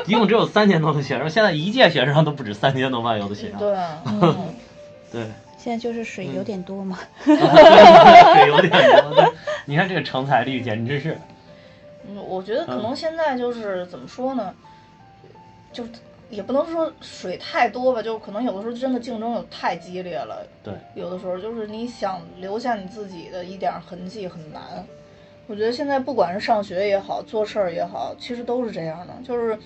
一共只有三千多个学生，现在一届学生都不止三千多万，有的学 校。对， 嗯，对。现在就是水有点多嘛， 对，有点多。对你看这个成才率，简直是嗯我觉得可能现在就是怎么说呢，就是也不能说水太多吧，就是可能有的时候真的竞争有太激烈了，对。有的时候就是你想留下你自己的一点儿痕迹很难。我觉得现在不管是上学也好，做事儿也好，其实都是这样的，就是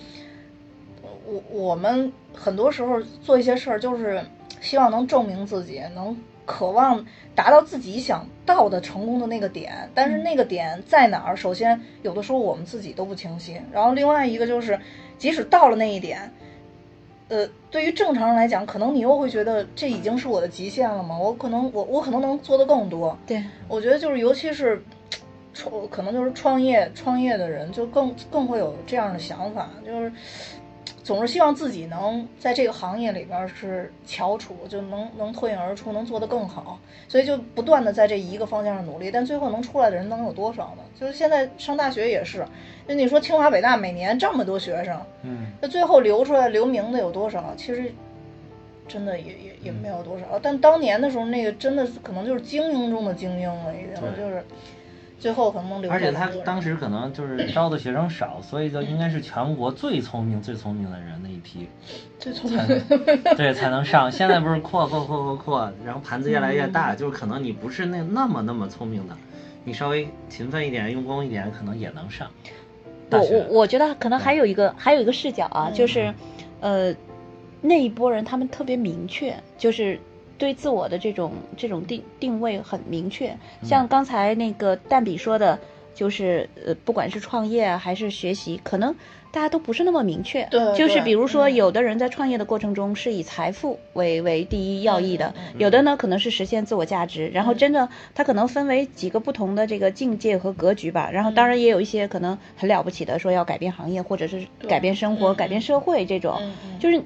我我们很多时候做一些事儿，就是希望能证明自己，能渴望达到自己想到的成功的那个点。但是那个点在哪儿，首先有的时候我们自己都不清晰。然后另外一个就是，即使到了那一点，呃，对于正常人来讲，可能你又会觉得这已经是我的极限了嘛？我可能我我可能能做得更多。对。我觉得就是，尤其是创，可能就是创业创业的人，就更更会有这样的想法，就是总是希望自己能在这个行业里边儿是翘楚，就能能脱颖而出，能做得更好，所以就不断的在这一个方向上努力，但最后能出来的人能有多少呢？就是现在上大学也是，就你说清华北大每年这么多学生，嗯，那最后留出来留名的有多少？其实真的也也嗯也没有多少。啊但当年的时候，那个真的是可能就是精英中的精英了，已经对就是最后可能留下而来且的他多少当时可能就是招的学生少，所以就应该是全国最聪明、最聪明的人那一 批，最聪才明能对才能上。现在不是扩扩扩扩扩，然后盘子越来越嗯大，就是可能你不是那那么那么聪明的，你稍微勤奋一点、用功一点，可能也能上大我学。我我觉得可能还有一个还有一个视角啊，嗯就是，呃，那一波人他们特别明确，就是对自我的这种这种定定位很明确。嗯像刚才那个蛋比说的，就是呃，不管是创业啊还是学习，可能大家都不是那么明确。对就是对比如说，嗯有的人在创业的过程中是以财富为为第一要义的嗯，有的呢可能是实现自我价值，然后真的他可能分为几个不同的这个境界和格局吧。然后嗯当然也有一些可能很了不起的，说要改变行业或者是改变生活、嗯改变社会这种，嗯嗯就是。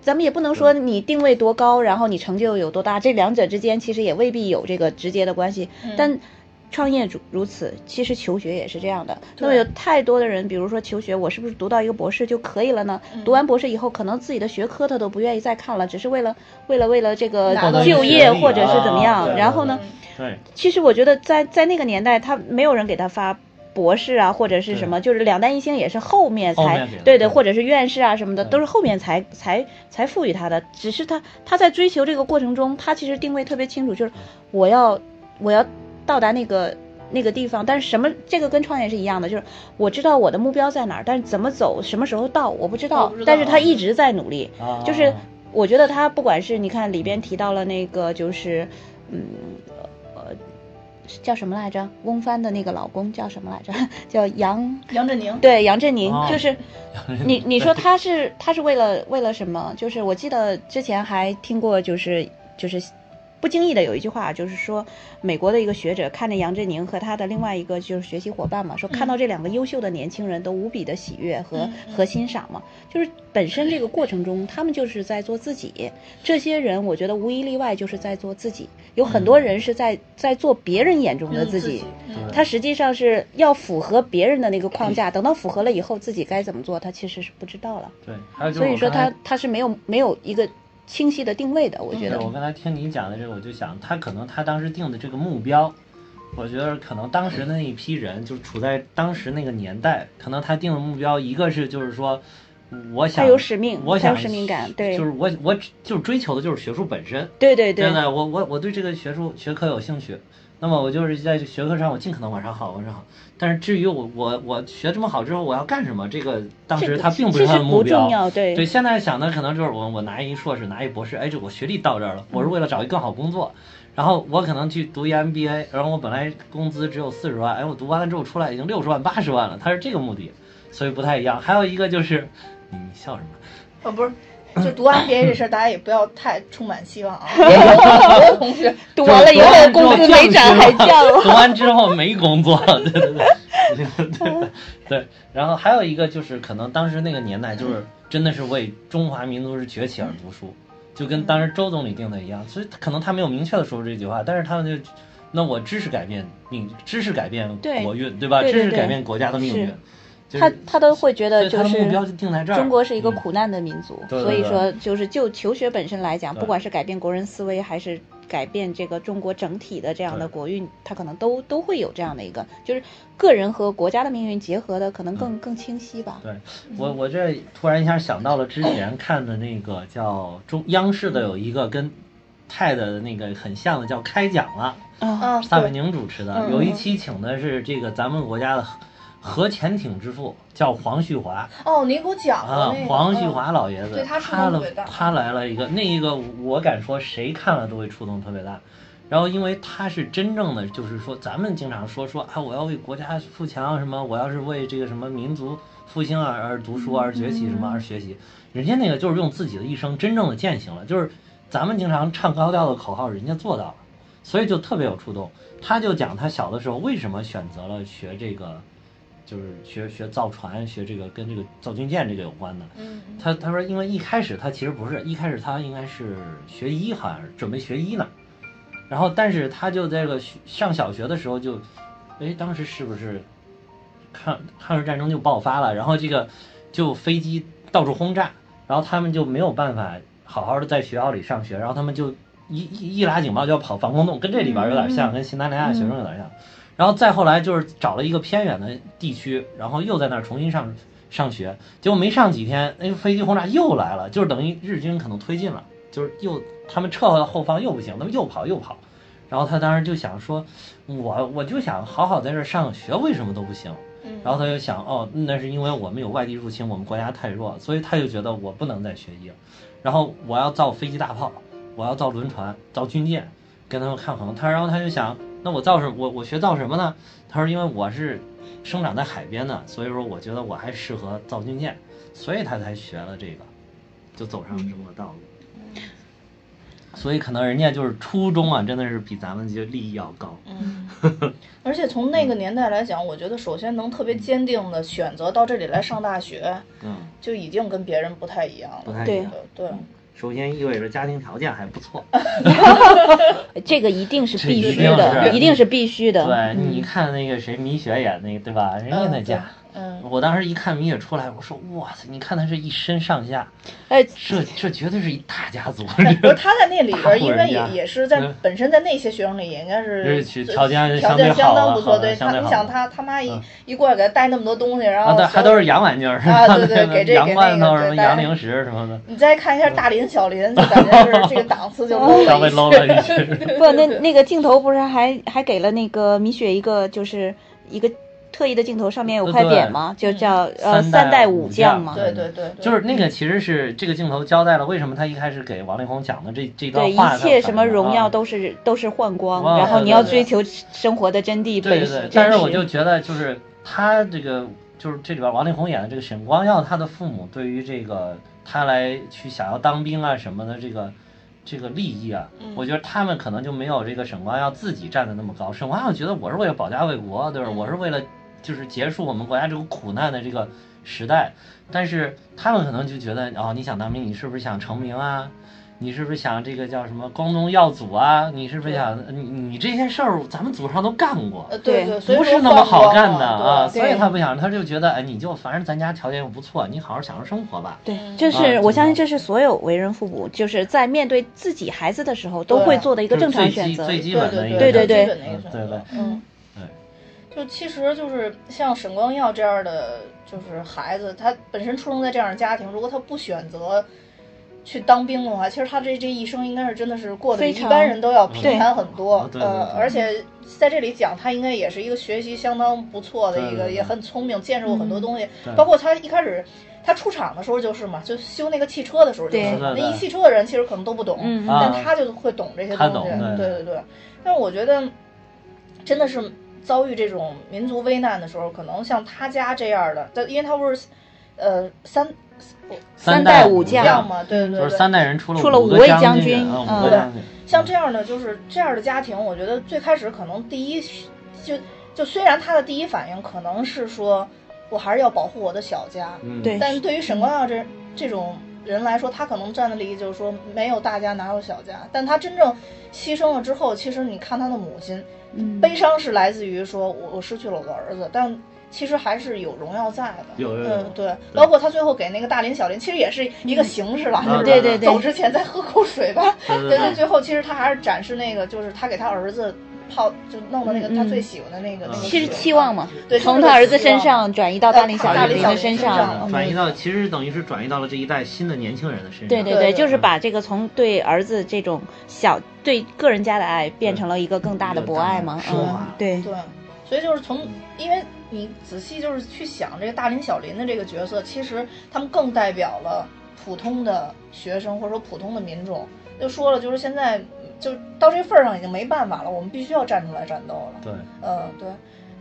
咱们也不能说你定位嗯多高，然后你成就有多大，这两者之间其实也未必有这个直接的关系。但创业如如此，其实求学也是这样的。对那么有太多的人，比如说求学，我是不是读到一个博士就可以了呢？嗯读完博士以后，可能自己的学科他都不愿意再看了，只是为了为了为了这个拿到就一个业学历或者是怎么啊样。对然后呢，嗯对，其实我觉得在在那个年代，他没有人给他发博士啊，或者是什么，就是两弹一星也是后面后才面给的对对，对或者是院士啊什么的，对都是后面才才才赋予他的。只是他他在追求这个过程中，他其实定位特别清楚，就是我要我要到达那个。那个地方，但是什么这个跟创业是一样的，就是我知道我的目标在哪儿，但是怎么走，什么时候到，我不知道。哦我不知道嗯但是他一直在努力，啊，就是我觉得他不管是你看里边提到了那个就是，嗯，呃，是叫什么来着？翁帆的那个老公叫什么来着？ 叫杨，杨振宁，嗯对，杨振宁，哦就是你你说他是他是为了为了什么？就是我记得之前还听过，就是就是不经意的有一句话，就是说美国的一个学者看着杨振宁和他的另外一个就是学习伙伴嘛，说看到这两个优秀的年轻人都无比的喜悦和、嗯嗯和欣赏嘛，就是本身这个过程中他们就是在做自己。这些人我觉得无一例外就是在做自己，有很多人是在在做别人眼中的嗯自己。嗯他实际上是要符合别人的那个框 架，等到符合了以后，自己该怎么做，他其实是不知道了。对，还有就是所以我说刚才他他是没有没有一个清晰的定位的，我觉对得。我刚才听你讲的这个，我就想，他可能他当时定的这个目标，我觉得可能当时的那一批人，就处在当时那个年代，可能他定的目标，一个是就是说，我想他有使命我他有想使命感对就是我我只就是追求的就是学术本身，对对对真的，我我我对这个学术学科有兴趣，那么我就是在学科上我尽可能往上好，往上好。但是至于我我我学这么好之后我要干什么，这个当这时个他并不其是他实的不目标，重要对现在想的可能就是我我拿一硕士拿一博士，哎，这我学历到这儿了，我是为了找一更好工作。然后我可能去读一 MBA，然后我本来工资只有四十万，哎，我读完了之后出来已经六十万、八十万了，他是这个目的，所以不太一样。还有一个就是，你你笑什么？哦，不是，就读 MBA 这事儿，大家也不要太充满希望啊。也哎有很多同学，读完了以后工资没涨还降了。读完之后没工作，对对对，对 对 对。然后还有一个就是，可能当时那个年代就是真的是为中华民族是崛起而读书，就跟当时周总理定的一样。所以可能他没有明确的说出这句话，但是他们就，那我知识改变命，知识改变对国运，对吧？对对知识对改变国家的命运是。就是他他都会觉得所以他就的是目标就定在这儿中国是一个嗯苦难的民族，对对所以对说就是就求学本身来讲，对不管是改变国人思维还是。改变这个中国整体的这样的对国运，它可能都都会有这样的一个，就是个人和国家的命运结合的，可能嗯更更清晰吧。对我，我这突然一下想到了之前看的那个叫中央视的有一个跟泰的那个很像的叫《开讲了啊，啊，》，撒贝对，宁主持的，嗯有一期请的是这个咱们国家的核核潜艇之父，叫黄旭华哦，你给我讲啊过那，个黄旭嗯华老爷子对，他触他动了特别大他来了一个那一个，我敢说谁看了都会触动特别大。然后，因为他是真正的，就是说，咱们经常说说啊，我要为国家富强什么，我要是为这个什么民族复兴而而读书而崛起什嗯么而学习，人家那个就是用自己的一生真正的践行了，就是咱们经常唱高调的口号，人家做到了，所以就特别有触动。他就讲他小的时候为什么选择了学这个，就是学学造船，学这个跟这个造军舰这个有关的，嗯，嗯他他说，因为一开始他其实不是，一开始他应该是学医，好像是准备学医呢。然后，但是他就这个学上小学的时候就，哎，当时是不是抗抗日战争就爆发了？然后这个就飞机到处轰炸，然后他们就没有办法好好的在学校里上学，然后他们就一一一拉警报就要跑防空洞，跟这里边儿有点像，跟西南联大学生有点像。然后再后来就是找了一个偏远的地区，然后又在那儿重新上上学，结果没上几天，那个飞机轰炸又来了，就是等于日军可能推进了，就是又他们撤到后方又不行，他们又跑又跑，然后他当时就想说，我我就想好好在这儿上学，为什么都不行？嗯然后他就想，哦，那是因为我们有外地入侵，我们国家太弱，所以他就觉得我不能再学医了，然后我要造飞机、大炮，我要造轮船、造军舰，跟他们抗衡。他然后他就想，那我造什我我学造什么呢？他说，因为我是生长在海边的，所以说我觉得我还适合造军舰，所以他才学了这个，就走上了这么个道路。所以可能人家就是初衷啊，真的是比咱们就利益要高。嗯，而且从那个嗯年代来讲，我觉得首先能特别坚定的选择到这里来上大学，嗯，就已经跟别人不太一样不了。呃太一对样。对，首先意味着家庭条件还不错。嗯这个一定是必须这的，一定是一定是必须的。对，嗯你看那个谁，米雪演那个对吧？人家嗯那家。嗯，我当时一看米雪出来，我说哇塞，你看她这一身上下，哎，这这绝对是一大家族。哎不是他在 那里边儿应该大户人也家也是在嗯本身在那些学生里也应该就是最是条件条相对件相好当啊不好错，的对相他，对你好想的他他妈一嗯一过来给他带那么多东西，然啊，后但还都哦小是洋玩具儿，啊对对那个给这洋给罐那头个什么对洋大家零食什么的，你再看一下大林小林，就感觉就是这个档次就 low 稍了微一些 low 了一 些。嗯不，那那个镜头不是还还给了那个米雪一个就是一个特意的镜头，上面有块匾吗？就叫呃三代三代武武将将嘛。对对对，对就是那个，其实是这个镜头交代了为什么他一开始给王力宏讲的这这段对，话，一切什么荣耀啊都是都是幻光，哇然后对你对要对追求生活的真谛对本对身对，。但是真我实就觉得，就是他这个，就是这里边王力宏演的这个沈光耀，他的父母对于这个他来去想要当兵啊什么的这个这个利益啊，嗯我觉得他们可能就没有这个沈光耀自己站的那么高。沈光耀觉得我是为了保家卫国，对吧？嗯我是为了就是结束我们国家这个苦难的这个时代，但是他们可能就觉得，哦，你想当兵，你是不是想成名啊？你是不是想这个叫什么光宗耀祖啊？你是不是想你你这些事儿，咱们祖上都干过，呃对对对，所以不是说那么换好光干嘛的啊，对所以对他不想，他就觉得哎，你就反正咱家条件又不错，你好好享受生活吧。对，嗯这是啊我相信，这这是所有为人父母就是在面对自己孩子的时候都对会做的一一个正常选择。最基对本的一个对对对基本的一个嗯选对择对，嗯，就其实就是像沈光耀这样的，就是孩子，他本身出生在这样的家庭，如果他不选择去当兵的话，其实他这这一生应该是真的是过得比非一常般人都要对平凡很多哦。对对呃，对而且在这里讲，他应该也是一个学习相当不错的对一对个，对嗯也很聪明，见识过很多东西对，包括他一开始。他出场的时候就是嘛，就修那个汽车的时候就是嘛，对那一汽车的人其实可能都不懂，嗯啊但他就会懂这些他东西懂。对对对对，但是我觉得真的是遭遇这种民族危难的时候，可能像他家这样的，但因为他不是呃三三代代武这将样嘛，对对嗯就是对，三代人出了出了五五个位将将军，军嗯嗯五个将军，像这样的就是这样的家庭，我觉得最开始可能第一就就虽然他的第一反应可能是说我还是要保护我的小家，嗯对但是对于沈光耀这这种人来说，他可能站的利益就是说没有大家哪有小家，但他真正牺牲了之后，其实你看他的母亲，嗯悲伤是来自于说我我失去了我儿子，但。其实还是有荣耀在的，有有有嗯，对，包括他最后给那个大林小林，其实也是一个形式了，嗯就是对对对走之前再喝口水吧。对对对对最后其实他还是展示那个，就是他给他儿子泡，就弄的那个嗯嗯他最喜欢的那个嗯那个其实水期望嘛，对，从就是他儿子希望身上转移到呃大龄从小大龄林小的林身上上，嗯转移到其实等于是转移到了这一代新的年轻人的身上。对对对对对，就是把这个从对儿子这种小对个人家的爱，变成了一个更大的博爱嘛。升华嗯，对，对，所以就是从，嗯因为你仔细就是去想这个大林小林的这个角色，其实他们更代表了普通的学生或者说普通的民众。就说了，就是现在就到这份儿上已经没办法了，我们必须要站出来战斗了。对，嗯，对。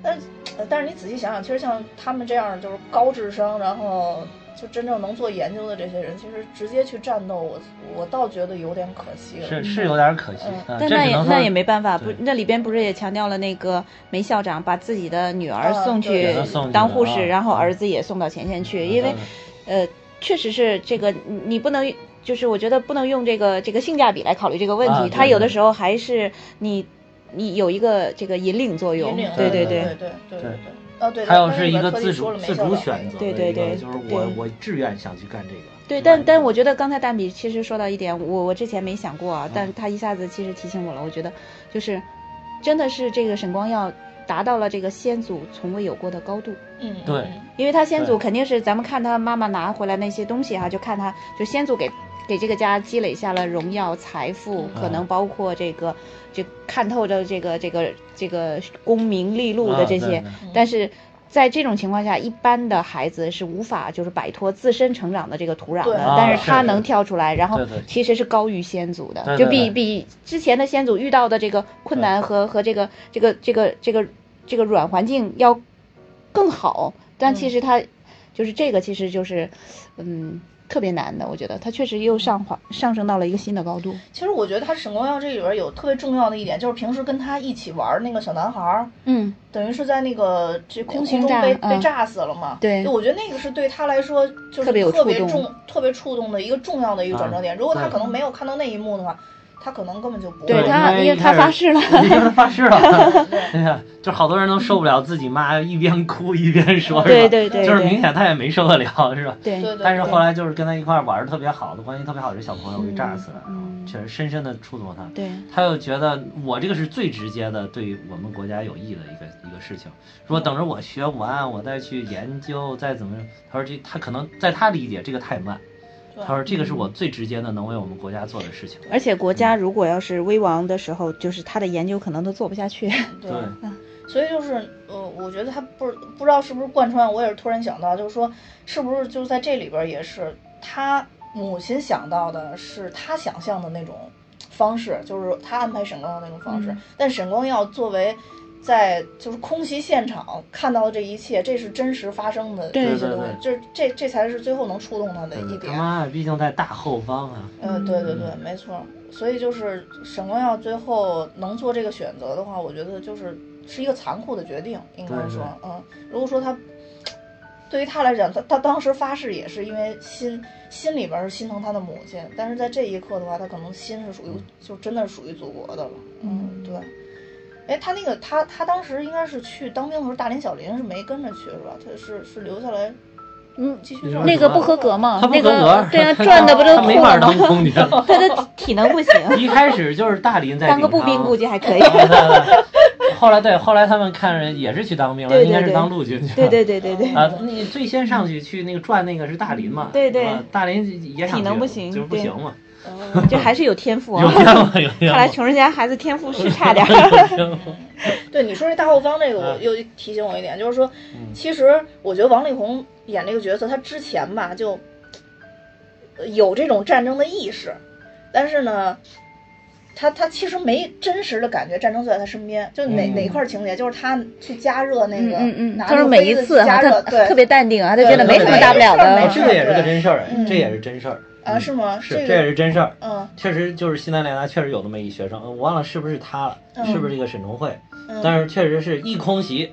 但是呃但是你仔细想想，其实像他们这样就是高智商，然后就真正能做研究的这些人，其实直接去战斗，我我倒觉得有点可惜了。是是有点可惜，嗯但这那只也能说那也没办法，不对，那里边不是也强调了那个梅校长把自己的女儿啊送对去给她送去当了护啊士，然后儿子也送到前线去，因为嗯呃，确实是这个，你你不能就是我觉得不能用这个这个性价比来考虑这个问啊题，对它有的对时候还是你你有一个这个引领作用引领，对对对对对对对对。哦，对，还有刚才是里一边个特地自说主了梅自校主长选那个择，对对对就是我对我志愿想去干这个。对，但但我觉觉得刚才蛋比其实说到一点，我我之前没想过嗯啊，但他一下子其实提醒我了。我觉得就是真的是这个沈光耀达到了这个先祖从未有过的高度，嗯，对嗯因为他先对祖肯定是咱们看他妈妈拿回来那些东西哈、就看他就先祖给给这个家积累下了荣耀、财富，嗯可能包括这个就看透着这个这个这个功名利禄啊的这对些，对但是。在这种情况下，一般的孩子是无法就是摆脱自身成长的这个土壤对的，啊但是他是能跳出来，然后对对其实是高于先祖的，对对就比对嗯比之前的先祖遇到的这个困难和和这个这个这个这个这个软环境要更好，但其实他就是这个，其实就是，嗯，特别难的，我觉得它确实又上滑上升到了一个新的高度。其实我觉得他《沈光耀》这里边有特别重要的一点，就是平时跟他一起玩儿那个小男孩儿，嗯，等于是在那个这空气轰中炸被、被嗯炸死了嘛。对我觉得那个是对他来说就是特别有特触别动重、特别触动的一个重要的一个转折点。嗯如果他对可能没有看到那一幕的话，他可能根本就不会对他因因为 一他开发始誓了因为他发誓 了。对对呀，就好多人都受不了自己妈一边哭一边说，是吧对对对就是对明显他也没受得了，是吧？对对对但是对后来就是跟他一块儿玩儿特别好的，关系特别好的这小朋友给炸死了，嗯确实深深的触动了他。对，他又觉得我这个是最直接的，对我们国家有益的一个一个事情。如果等着我学完，我再去研究，再怎么样，他说这他可能在他理解这个太慢。对他说这个是嗯我最直接的能为我们国家做的事情。而且国家如果要是危亡的时候，就是他的研究可能都做不下去。对所以就是，呃，我觉得他不不知道是不是贯穿，我也是突然想到，就是说，是不是就是在这里边儿也是他母亲想到的是他想象的那种方式，就是他安排沈光耀那种方式，嗯但沈光耀作为。在就是空袭现场看到的这一切，这是真实发生的对这些对对东西，这这这才是最后能触动他的一对，点嗯他。妈毕竟在大后方啊。嗯，对对对，没错。所以就是沈光耀最后能做这个选择的话，我觉得就是是一个残酷的决定，应该对对说，嗯，如果说他对于他来讲，他他当时发誓也是因为心心里边是心疼他的母亲，但是在这一刻的话，他可能心是属于嗯就真的是属于祖国的了，嗯，对。哎，他那个他他当时应该是去当兵的时候，大连小林是没跟着去是吧？他是是留下来嗯，继续你说干那什个么不合格嘛他，不那合个格 对啊，他赚的不就他没吐法了当吗？空军。他的体能不行，一开始就是大林在当个顶步兵 上估计还可以。对对对后来对，后来他们看人也是去当兵了，对对应该是对当陆军去了。对对对对对，啊，你最先上去去那个转那个是大林嘛？对对啊大林也想体能去不行就是不对行嘛，哦这还是有天赋有啊。天赋有天赋。看来穷人家孩子天赋是差点儿。对你说这大后方这个，我嗯又提醒我一点，就是说，其实我觉得王力宏演这个角色，他之前吧就呃有这种战争的意识，但是呢，他他其实没真实的感觉战争就在他身边，就哪、嗯哪块儿情节，就是他去加热那嗯个，嗯嗯，拿他说那个每一杯子次去加哈，热，他对，特别淡定啊，他对觉得没什么大不了没的。事这儿个也是个哎对真事儿哎嗯，这也是真事儿啊是吗？是，这这也是真事儿。嗯确实就是西南联大确实有那么一学生，呃我忘了是不是他了，嗯是不是这个沈崇慧？嗯，但是确实是一空袭，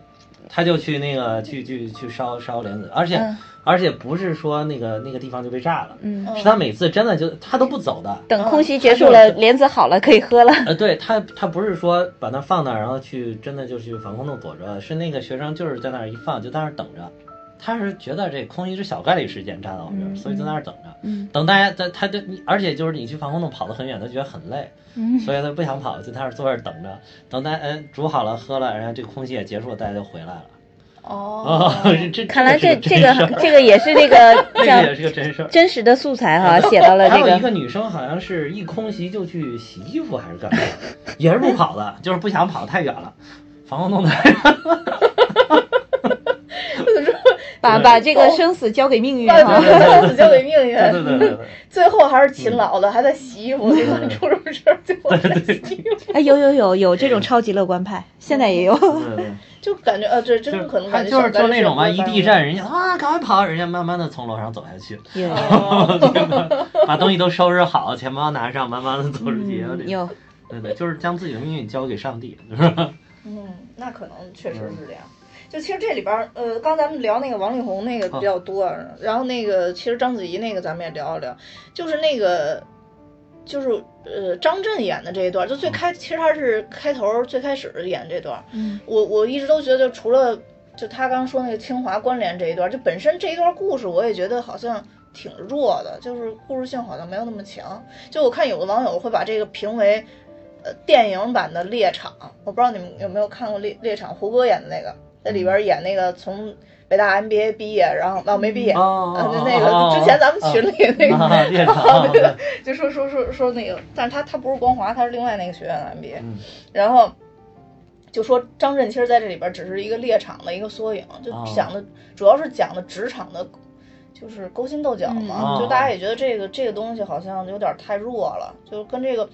他就去那个去去去烧烧莲子，而且、嗯而且不是说那个那个地方就被炸了，嗯，嗯是他每次真的就他都不走的。等空袭结束了，莲子好了，可以喝了。呃，对他，他不是说把那放那儿，然后去真的就去防空洞躲着，是那个学生就是在那儿一放就在那儿等着，他是觉得这空袭是小概率事件炸到我这儿，嗯所以就在那儿等着。嗯等大家在他就你，而且就是你去防空洞跑得很远，他觉得很累，嗯所以他不想跑，就在那儿坐这儿等着，等大家嗯煮好了喝了，然后这个空袭也结束，大家就回来了。哦哦，， 这这看来这这这个是真事儿这个也是这个这个也叫是个真事儿。真实的素材哈，写到了还有这一个个女生好像是一空袭就去洗衣服还是干嘛，也是不跑的，就是不想跑太远了，防空洞太远了。把把这哦个生死交给命运那哈就。是生死交给命运。 对对嗯对对最后还是勤劳的，还在洗衣服，你看出什么事儿最后还在洗衣服，哎，有有有有这种超级乐观派，现在也有。对对就感觉呃，对，真对，的可能他感觉就是小就概率那种嘛，事一件地震，人家啊赶快跑，人家慢慢的从楼上走下去，也 有哦 把东西都收拾好，钱包拿上，慢慢的走出去。有嗯点有对对，就是将自己的命运交给上帝，是吧？嗯，那可能确实是这样。就其实这里边儿，呃，刚咱们聊那个王力宏那个比较多，然后那个其实章子怡那个咱们也聊一聊，就是那个就是呃张震演的这一段，就最开其实他是开头最开始演这段，嗯我我一直都觉得就除了就他刚说那个清华关联这一段，就本身这一段故事我也觉得好像挺弱的，就是故事性好像没有那么强。就我看有的网友会把这个评为。呃，电影版的《猎场》，我不知道你们有没有看过《猎猎场》，胡歌演的那个，在里边演那个从北大 MBA 毕业，然后啊没毕业，啊哦就那个之前咱们群里那个，啊，猎场，对对就说说说说那个，但是他他不是光华，他是另外那个学院的 MBA，嗯然后就说张震其实在这里边只是一个猎场的一个缩影，就哦讲的、主要是讲的职场的，就是勾心斗角嘛，嗯就大家也觉得这个这个东西好像有点太弱了，就跟这个。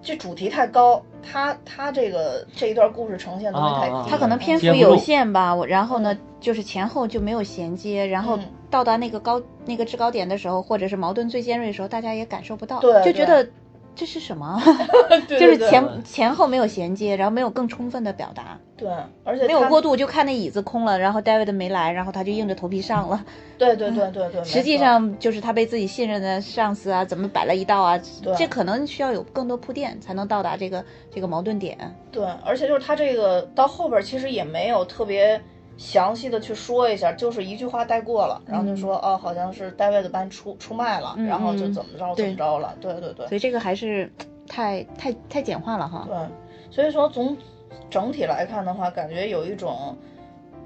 这主题太高，他他这个这一段故事呈现的东西太低哦了，哦哦他可能篇幅有限吧，我然后呢，就是前后就没有衔接，然后嗯到达那个高那个制高点的时候，或者是矛盾最尖锐的时候，大家也感受不到，对就觉对得这是什么？对 就是对对前前后没有衔接，然后没有更充分的表达，对，而且没有他过渡，就看那椅子空了，然后 David 没来，然后他就硬着头皮上了。对对对对对，没嗯实际错上就是他被自己信任的上司啊，怎么摆了一道啊对，这可能需要有更多铺垫，才能到达这个这个矛盾点。对，而且就是他这个到后边儿其实也没有特别详细的去说一下，就是一句话带过了，然后就说、哦，好像是戴维的班出出卖了，嗯然后就嗯怎么着对怎么着了，对对对所以这个还是太太太简化了哈。对，所以说总整体来看的话，感觉有一种。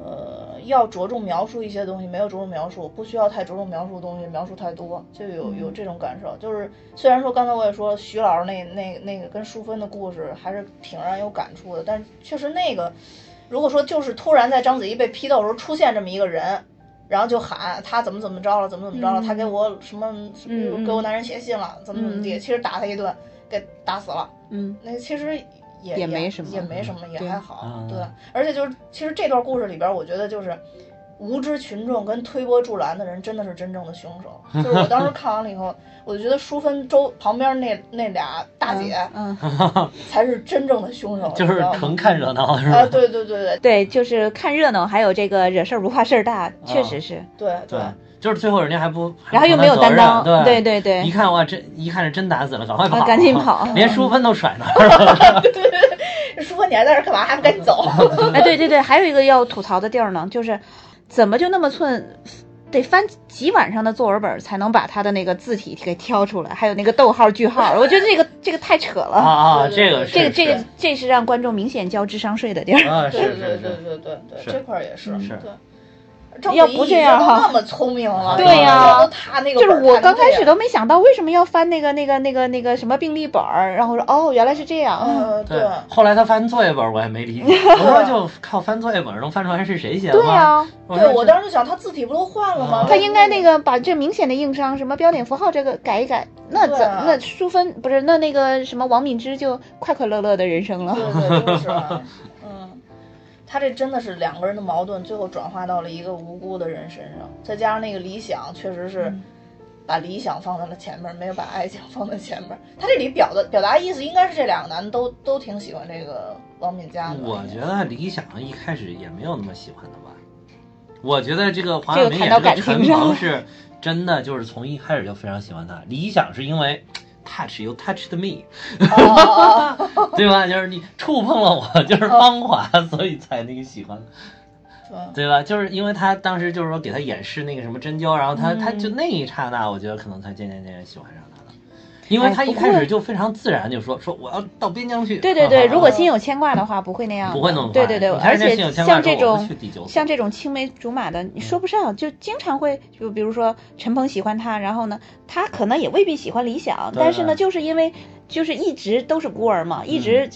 呃，要着重描述一些东西，没有着重描述，不需要太着重描述的东西，描述太多，就嗯有有这种感受。就是虽然说刚才我也说徐老师那那那个跟淑芬嗯的故事还是挺让人有感触的，但是确实那个，如果说就是突然在章子怡被批斗的时候出现这么一个人。然后就喊他怎么怎么着了，怎么怎么着了，嗯他给我什么什么嗯给我男人写信了，怎么怎么地，嗯其实打他一顿，给打死了。嗯那其实也也没什么嗯也没什么，也对还好啊。对，而且就是其实这段故事里边，我觉得就是无知群众跟推波助澜的人真的是真正的凶 手。就是我当时看完了以后，我就觉得淑芬周旁边那那俩大姐嗯， 才是真正的凶手，就你是知道吗纯看热闹是吧？啊，对对对对对，就是看热闹，还有这个惹事儿不怕事儿大，确嗯实是。对对，就是最后人家还不，还然后又没有担当不承担责任啊对对对对一看哇，真一看是真打死了，赶快跑，啊赶紧跑连淑芬都甩那儿了。对，淑芬你还在这儿干嘛？还不赶紧走？哎，对对对，还有一个要吐槽的地儿呢，就是怎么就那么寸，得翻几晚上的作文本儿才能把他的那个字体给挑出来，还有那个逗号、句号，我觉得这个这个太扯了。啊 啊，对对这个是这个这是个这是让观众明显交智商税的地儿。啊，对 是对是对是，对对对，是这块儿也是嗯是对。章要子怡不已这经样哈那么聪明了，对啊呀都踏那个就是本儿我踏刚成 这开始样都没想到为什么要翻那个那个那个那个什么病历本儿，然后说哦原来是这样，嗯呃，对后来他翻作业本，我也没理解。我说就靠翻作业本能翻出来是谁写的 对啊吗？呀，我说对，我这当时就想，他字体不都换了吗？啊他应该那个把这明显的硬伤什么标点符号这个改一改，那怎对啊那淑芬不是那那个什么王敏之就快快乐乐的人生了对，对，就是啊，嗯，他这真的是两个人的矛盾，最后转化到了一个无辜的人身上，再加上那个理想，确实是嗯把理想放在了前面，没有把爱情放在前面。他这里表的表达意思应该是这两个男的都都挺喜欢这个王敏佳的。我觉得理想一开始也没有那么喜欢的吧。我觉得这个黄这晓个明谈演到这感个情陈上了鹏是真的，就是从一开始就非常喜欢他。理想是因为 touch you touched me，哦，哦哦 对吧？就是你触碰了我，就是哦芳华，所以才那个喜欢，哦对吧？就是因为他当时就是说给他演示那个什么针灸，然后嗯他、他就那一刹那，我觉得可能才渐渐渐渐喜欢上他了，因为他一开始就非常自然就说说我要到边疆去。哎对对嗯对，啊如果心有牵挂的话，不会那样的，不会那么快对对对，你看而人家且心有牵挂像这说我不种去第九所像这种青梅竹马的，你说不上，就经常会，就比如说陈鹏喜欢他，然后呢，他可能也未必喜欢理想，对但是呢，就是因为就是一直都是孤儿嘛，一嗯直。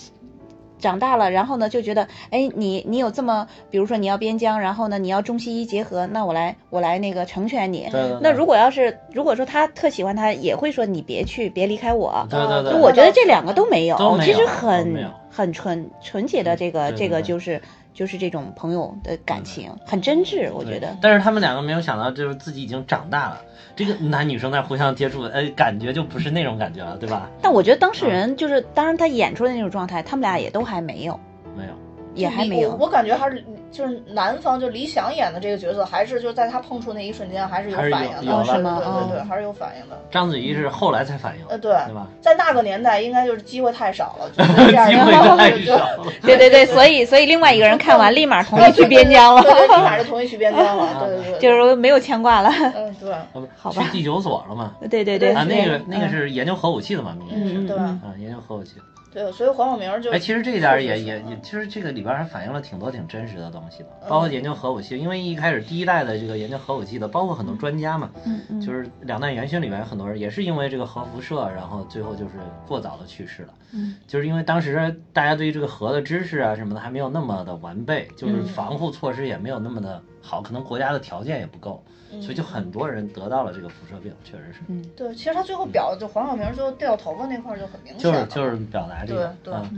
长大了，然后呢，就觉得，哎，你你有这么，比如说你要边疆，然后呢，你要中西医结合，那我来我来那个成全你。对对对那如果要是如果说他特喜欢他，也会说你别去，别离开我。对对哦对就我觉得这两个都没有，都没有其实都没很有很纯纯洁的这个对对这个对就是就是这种朋友的感情，很真挚，我对觉得。但是他们两个没有想到，就是自己已经长大了，这个男女生在互相接触，哎，感觉就不是那种感觉了，对吧？但我觉得当嗯事人就是，当然他演出来那种状态，他们俩也都还没有，没有，也还没我有。我感觉还是就是男方就李想演的这个角色，还是就在他碰触那一瞬间，还是有还是有反应有的，了对对哦对对，还是有反应的。章子怡是后来才反应，呃，对，对吧？在那个年代，应该就是机会太少了，就是 这机样的会话太就少 了，对对对，所以所以另外一个人看完立马同意去边疆对了，对，立马就同意去边 疆啊了，对对对，就是是没有牵挂了。 嗯，对，哦好不吧去第九所了嘛？对对对，啊，是那这个样那个是研究核武器的嘛，明明嗯是对嗯啊，研究核武器。对，所以黄晓明就哎，其实这一点儿是也是嗯也是也，其实这个里边儿还反映了挺多挺真实的东西的，包括研究核武器，因为一开始第一代的这个研究核武器的，包括很多专家嘛，嗯嗯就是《两弹元勋》里面很多人也是因为这个核辐射，然后最后就是过早的去世了。嗯，就是因为当时大家对于这个核的知识啊什么的还没有那么的完备，就是防护措施也没有那么的好，可能国家的条件也不够，嗯所以就很多人得到了这个辐射病，确实是，嗯对，其实他最后表就黄晓明就掉头发那块儿就很明显就了是就是表达这个对对啊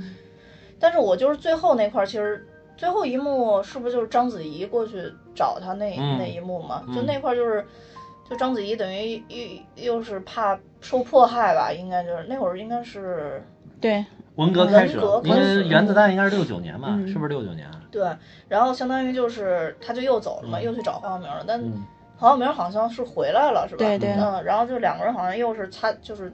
但是我就是最后那块儿，其实最后一幕是不是就是章子怡过去找他那、嗯那一幕嘛？嗯就那块儿就是，就章子怡等于又又是怕受迫害吧，应该就是那会儿应该是对，文革开始文革，因开始为原子弹应该是六九年吧，嗯是不是六九年啊？对，然后相当于就是他就又走了嘛，嗯又去找黄晓明了，但嗯，黄晓明好像是回来了，是吧？对对嗯，然后就两个人好像又是擦，就是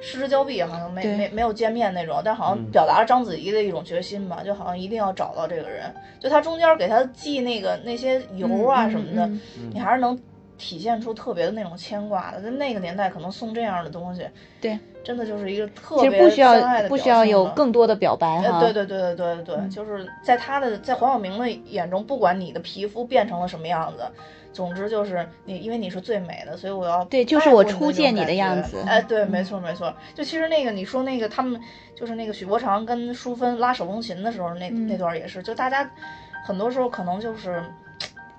失之交臂，好像没对没没有见面那种，但好像嗯表达了章子怡的一种决心吧，就好像一定要找到这个人。就他中间给他寄那个那些油啊嗯什么的，嗯嗯嗯你还是能体现出特别的那种牵挂的。在那个年代，可能送这样的东西，对，真的就是一个特其实别不需相爱要的不表需要现有了更多的表白呃，哈。对对对对对对，嗯就是在他的在黄晓明的眼中，不管你的皮肤变成了什么样子，总之就是你，因为你是最美的，所以我要对就是爱护我你的初那见种你的感样觉子哎，对，嗯没错没错。就其实那个你说那个他们就是那个许国常跟淑芬拉手风琴的时候，那、嗯那段也是，就大家很多时候可能就是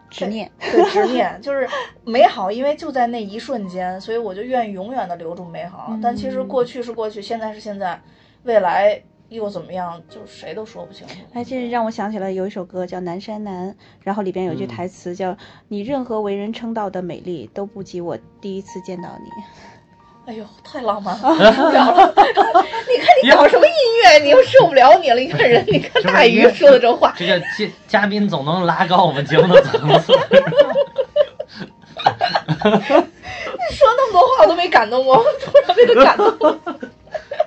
执念，对执念，就是美好，因为就在那一瞬间，所以我就愿意永远的留住美好。但其实嗯过去是过去，现在是现在，未来又怎么样，就谁都说不清楚。哎，这让我想起来有一首歌叫《南山南》，然后里边有一句嗯台词叫“你任何为人称道的美丽都不及我第一次见到你哎呦，太浪漫 了，受不了 了！你看你搞什么音乐，你又受不了你了。你看人，你看大鱼说的这话，这个嘉嘉宾总能拉高我们节目的 层次。说那么多话我都没感动过，突然被他感动了。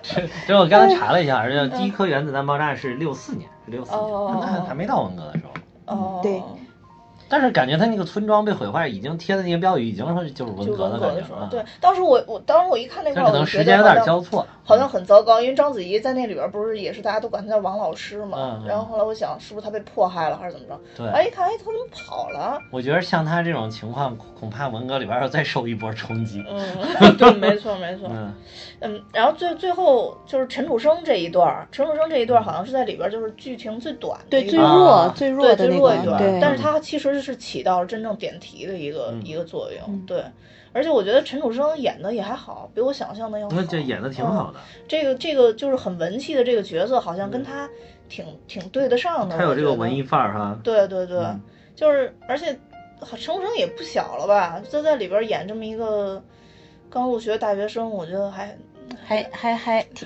这 这我刚才查了一下，这第一颗原子弹爆炸是六四年，是六四嗯哦年，那还没到文革的时候。哦， 对但是感觉他那个村庄被毁坏，已经贴的那个标语已经是就是就文革文的革感的觉时候了，。对，当时我我当时我一看那块但儿，可我就能觉时得间有好点像交错，好像很糟糕，因为章子怡在那里边不是也是大家都管她叫王老师嘛嗯。嗯然后后来我想，是不是她被迫害了还是怎么着？哎，嗯对，一看，哎，她怎么跑了？我觉得像他这种情况，恐恐怕文革里边要再受一波冲击。嗯， 对，没错没错。嗯，嗯，然后最最后就是陈楚生这一段儿，陈楚生这一段儿好像是在里边儿就是剧情最短”，的对，一最段儿弱、啊最弱对的最那弱一个，段儿，对，但是它其实是起到了真正点题的一个、嗯一个作用，嗯对。而且我觉得陈楚生演的也还好，比我想象的要好。那这演的挺好的，嗯这个这个就是很文气的这个角色，好像跟他挺挺对得上的。他有这个我觉得文艺。范儿哈。对嗯对对，嗯就是而且陈楚生也不小了吧？他在里边儿演这么一个刚入学大学生，我觉得还还还 还挺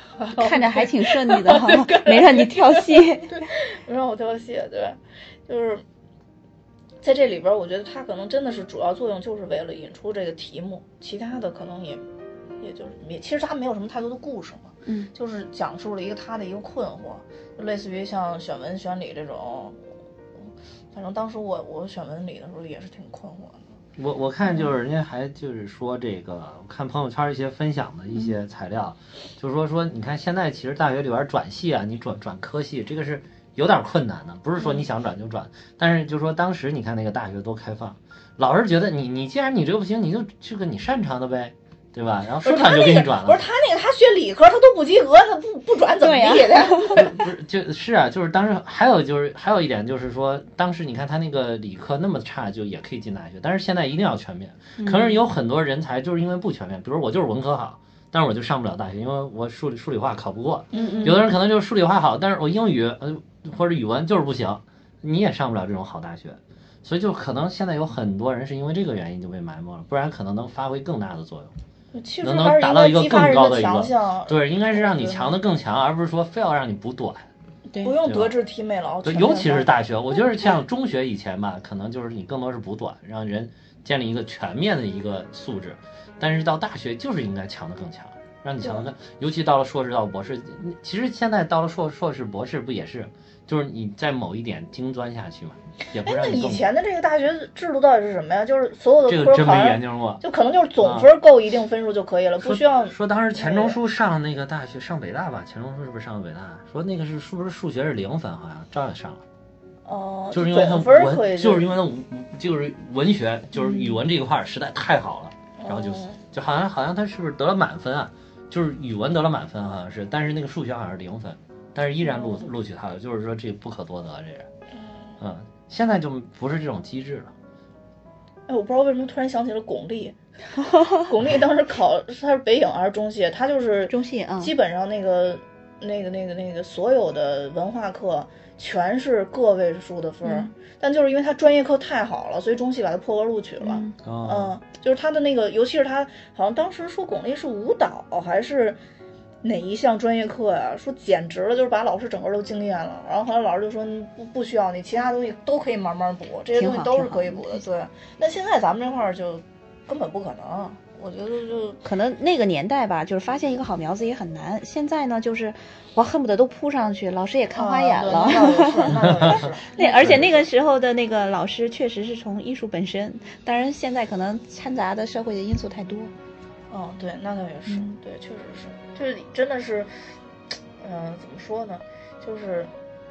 看着还挺顺利的哈，没让你跳 戏。没 让我挑戏，对，就是在这里边儿，我觉得他可能真的是主要作用就是为了引出这个题目，其他的可能也也就是也其实他没有什么太多的故事嘛，嗯，就是讲述了一个他的一个困惑，就类似于像选文选理这种，反正当时我我选文理的时候也是挺困惑的。我我看就是人家还就是说这个，我看朋友圈一些分享的一嗯些材料，就说说你看现在其实大学里边转系啊，你转转科系这个是有点困难的，不是说嗯你想转就转，但是就说当时你看那个大学多开放，老是觉得你你既然你这个不行，你就去个你擅长的呗，对吧？然后不说是他转就给那个，你转不是了，他那个，他学理科他都不及格，他不不转怎么对呀地 的？不是就是啊，就是当时还有就是还有一点就是说，当时你看他那个理科那么差就也可以进大学，但是现在一定要全面。可是有很多人才就是因为不全面，比如我就是文科好，但是我就上不了大学，因为我数理数理化考不过。嗯嗯，有的人可能就是数理化好，但是我英语呃或者语文就是不行，你也上不了这种好大学。所以就可能现在有很多人是因为这个原因就被埋没了，不然可能能发挥更大的作用。其实能能还是达应到该一个激发更人高的的一强个项，对，应该是让你强的更强，而不是说非要让你补短。对不用对德吧智体美劳对，全尤面其发是展大学，我觉得像中学以前吧，可能就是你更多是补短，让人建立一个全面的一个素质。但是到大学就是应该强的更强，让你强的更，尤其到了硕士到博士，你其实现在到了硕硕士博士不也是，就是你在某一点精钻下去嘛，也哎不，那让你以更。前的这个大学制度到底是什么呀？就是所有这的个科真好没像研究过。就可能就是总分够一定分数就可以了，不说需要。呃说当时钱钟书上那个大学，上北大吧，钱钟书是不是上的北大？说那个是是不是数学是零分，好像照样上了。哦，就是因为他总分可以文，就是因为他文就是文学，就是语文这一块儿实在太好了，然后就哦就好像好像他是不是得了满分啊？就是语文得了满分，啊好像是，但是那个数学好像是零分，但是依然哦录录取他了，就是说这不可多得，这人，嗯，现在就不是这种机制了。哎，我不知道为什么突然想起了巩俐，巩俐当时考她是北影还是中戏，她就是嗯中戏啊，基本上那个那个那个那个所有的文化课全是个位数的分儿，但就是因为他专业课太好了，所以中戏把他破格录取了。嗯哦嗯，就是他的那个，尤其是他好像当时说巩俐是舞蹈还是哪一项专业课呀、说简直了，就是把老师整个都惊艳了。然后后来老师就说嗯不不需要你，其他东西都可以慢慢补，这些东西都是可以 补的。对，那现在咱们这块儿就根本不可能，我觉得就啊可能那个年代吧，就是发现一个好苗子也很难。现在呢，就是我恨不得都扑上去，老师也看花眼了。 啊对那倒 也是，那倒也是。那而且那个时候的那个老师确实是从艺术本身，当然现在可能掺杂的社会的因素太多。哦，对，那倒也是，嗯对，确实是，就是真的是，嗯、怎么说呢？就是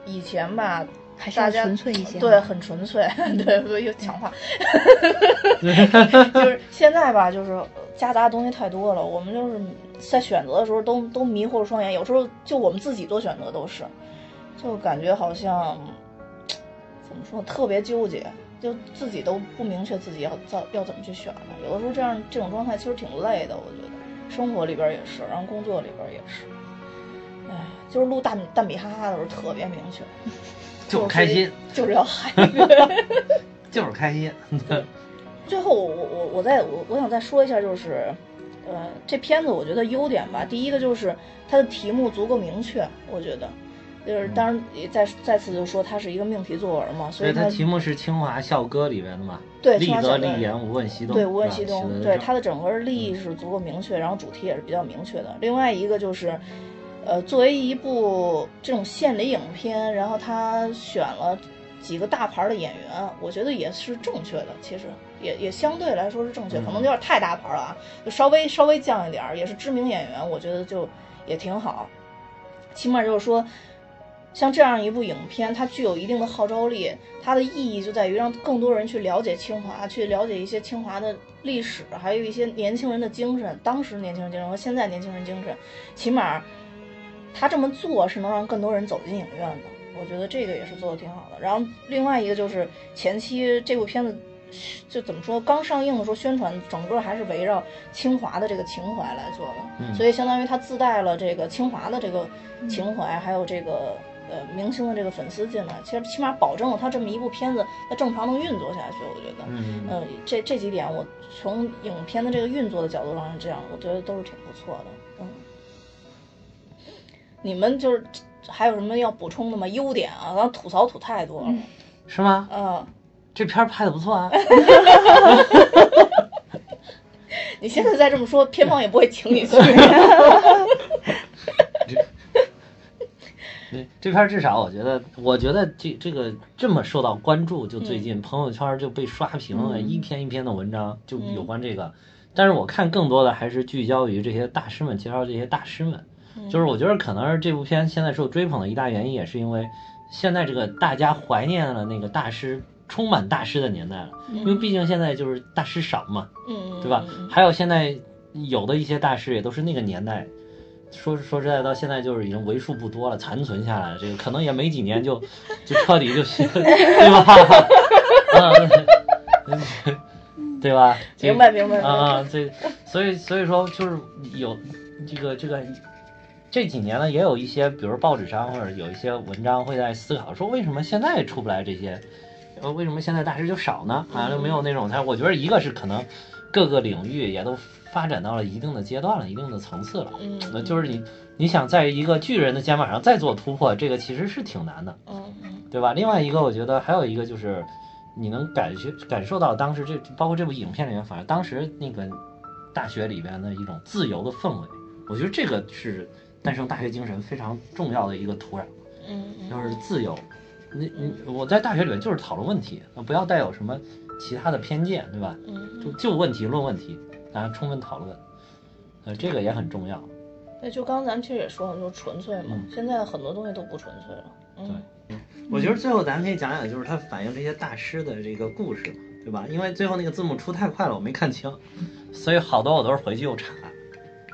以前吧，还是大要家纯粹一些对，哈很纯粹， 对，不又强 化，就是现在吧，就是夹杂的东西太多了，我们就是在选择的时候都都迷惑双眼，有时候就我们自己做选择都是，就感觉好像怎么说，特别纠结。就自己都不明确自己要怎要怎么去选了，有的时候这样这种状态其实挺累的，我觉得。生活里边儿也是，然后工作里边儿也是。哎，就是录大米大米哈哈的时候特别明确，就是开心，就是要嗨。就是开心。 最后我我我我再我我想再说一下，就是，呃，这片子我觉得优点吧，第一个就是它的题目足够明确，我觉得。就是，嗯当然也再再次就说它是一个命题作文嘛，所所以以它它题目是清华校歌里面的嘛？对立清华校德歌立言，无问西东。对，是吧无问西东，写对的它的整个立嗯意是足够明确，然后主题也是比较明确的。另外一个就是，呃，作为一部这种献礼影片，然后他选了几个大牌的演员，我觉得也是正确的，其实也也相对来说是正确，嗯可能有点太大牌了啊，就稍微稍微降一点儿，也是知名演员，我觉得就也挺好。起码就是说，像这样一部影片，它具有一定的号召力，它的意义就在于让更多人去了解清华，去了解一些清华的历史，还有一些年轻人的精神，当时年轻人精神和现在年轻人精神。起码，他这么做是能让更多人走进影院的。我觉得这个也是做的挺好的。然后另外一个就是前期这部片子。就怎么说，刚上映的时候宣传，整个还是围绕清华的这个情怀来做的，嗯所以相当于它自带了这个清华的这个情怀，还有这个呃明星的这个粉丝进来，其实起码保证了他这么一部片子它正常能运作下去。我觉得，嗯，呃，这这几点我从影片的这个运作的角度上是这样，我觉得都是挺不错的。嗯，你们就是还有什么要补充的吗？优点啊，刚吐槽吐太多了。是吗？嗯，这片儿拍的不 错啊。你现在再这么说，片方也不会请你去。对，这片儿至少我觉得，我觉得这这个这么受到关注，就最近朋友圈儿就被刷屏了，嗯一篇一篇的文章就有关这个。但是我看更多的还是聚焦于这些大师们，介绍这些大师们。 嗯就是我觉得可能是这部片现在受追捧的一大原因，也是因为现在这个大家怀念了那个大师，充满大师的年代了。因为毕竟现在就是大师少嘛，嗯，对吧？还有现在有的一些大师也都是那个年代，说说实在，到现在就是已经为数不多了，残存下来的这个可能也没几年就就彻底就对吧？ 嗯， 对吧？这明白明白明白啊，这所以所以说就是有这个这个。这几年呢，也有一些，比如报纸上或者有一些文章会在思考，说为什么现在出不来这些，呃，为什么现在大师就少呢？啊，就没有那种他，我觉得一个是可能各个领域也都发展到了一定的阶段了，一定的层次了。嗯，那就是你你想在一个巨人的肩膀上再做突破，这个其实是挺难的，嗯嗯对吧？另外一个，我觉得还有一个就是，你能感觉感受到当时这包括这部影片里面，反正当时那个大学里边的一种自由的氛围，我觉得这个是诞生大学精神非常重要的一个土壤。嗯嗯，就是自由。你你我在大学里面就是讨论问题，呃不要带有什么其他的偏见，对吧？嗯就就问题论问题，大家充分讨论，呃，这个也很重要。对，就刚刚咱们其实也说了，就是纯粹嘛。嗯现在很多东西都不纯粹了。嗯，我觉得最后咱们可以讲讲，就是它反映这些大师的这个故事嘛，对吧？因为最后那个字幕出太快了，我没看清，所以好多我都是回去又查。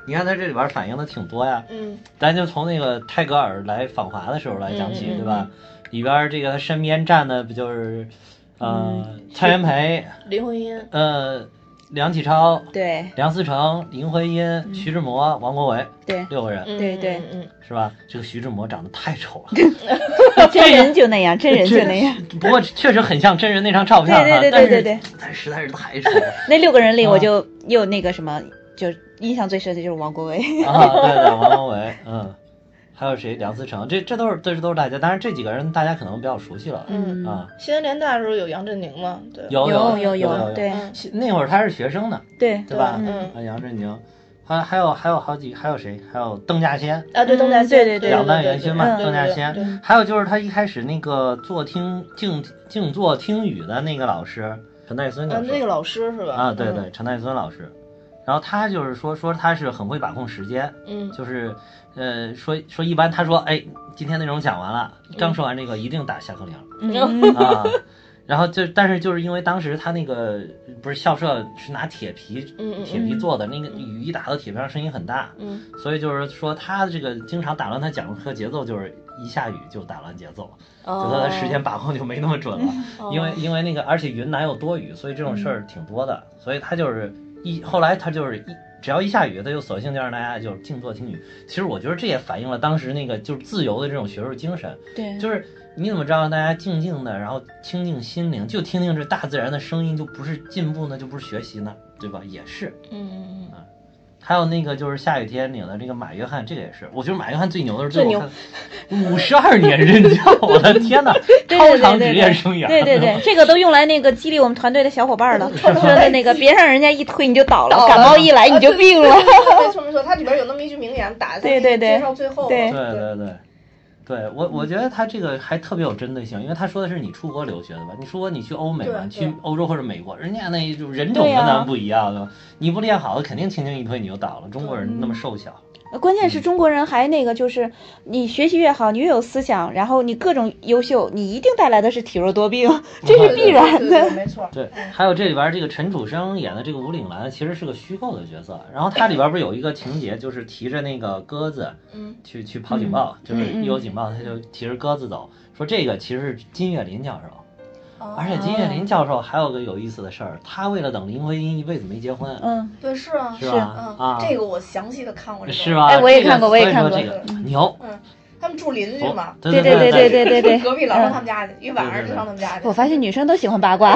你看它这里边反映的挺多呀，嗯咱就从那个泰戈尔来访华的时候来讲起，嗯嗯嗯对吧？里边这个他嗯身边站的不就是，呃，蔡元培，林徽因，呃，梁启超、对梁思成、林徽因、徐志摩、王国维 对，六个人，对对嗯，是吧？这个徐志摩长得太丑了，真人就那样，真人就那样。不过确实很像真人那张照片啊，对对对但是对对但实在是太丑了那六个人里，啊我就又那个什么，就印象最深的就是王国维。 啊！对对，王国维，嗯，还有谁？梁思成，这这都是这都是大家，当然这几个人大家可能比较熟悉了嗯啊。新闻联大的时候有杨振宁吗？对，有有有有，对嗯那会儿他是学生呢，对对吧？嗯啊，杨振宁，还还有还有好几，还有谁？还有邓稼先，啊，对，嗯邓啊稼先，对对对嗯对，两弹对对元勋对嘛，对邓稼对先对对还有就是他一开始那个做听静静坐听语的那个老师陈岱孙啊，教授那个老师是吧？啊，对对，陈岱孙老师。然后他就是说说他是很会把控时间，嗯，就是呃说说一般他说哎今天内容讲完了，嗯刚说完这个一定打下课 铃儿 嗯啊。然后就但是就是因为当时他那个不是校舍是拿铁皮嗯嗯嗯铁皮做的，那个雨一打到铁皮上声音很大，嗯，所以就是说他这个经常打乱他讲课节奏，就是一下雨就打乱节奏，就他哦的时间把控就没那么准了。因哦为因为那个，而且云南有多雨，所以这种嗯事儿挺多的，所以他就是一后来他就是一。只要一下雨，他就索性就让大家就是静坐听雨。其实我觉得这也反映了当时那个就是自由的这种学术精神，对，就是你怎么着让大家静静的，然后清静心灵，就听听这大自然的声音，就不是进步呢，就不是学习呢，对吧？也是。嗯啊 嗯还有那个就是下雨天领的这个马约翰，这个也是，我觉得马约翰最牛的是最我看五十二年任教，我的天呐， 对超对长对职对业对生涯，对对对，这个都用来那个激励我们团队的小伙伴了，说的那个别让人家一推你就倒了，感冒一来你就 病了。嗯，没错没错，它里边有那么一句名言，打在对对对介绍最后了，对对对对，对我我觉得他这个还特别有针对性，因为他说的是你出国留学的吧？你出国你去欧美吧，对你对去欧洲或者美国，人家那种人种跟咱们不一样的，你不练好了，肯定轻轻一推你就倒了。中国人那么瘦小，呃关键是中国人还那个，就是你学习越好，你越有思想，然后你各种优秀，你一定带来的是体弱多病，这对是哦对必对然对的。对没错，对，还有这里边这个陈楚生演的这个吴岭澜其实是个虚构的角色，然后它里边不是有一个情节，就是提着那个鸽子嗯去去跑警报，就是嗯嗯一有警报他就提着鸽子走，说这个其实是金岳霖教授。哦而且金岳霖教授还有个有意思的事儿，他为了等林徽因一辈子没结婚，嗯，对是啊是吧？嗯啊，，这个我详细的看过这个，是吧？哎我也这个看过我也所以说看过这个牛，嗯，他们住邻居哦嘛，对对对对对对，对对。隔壁老上他们家去，一晚对上对就上他们家去。我发现女生都喜欢 八卦，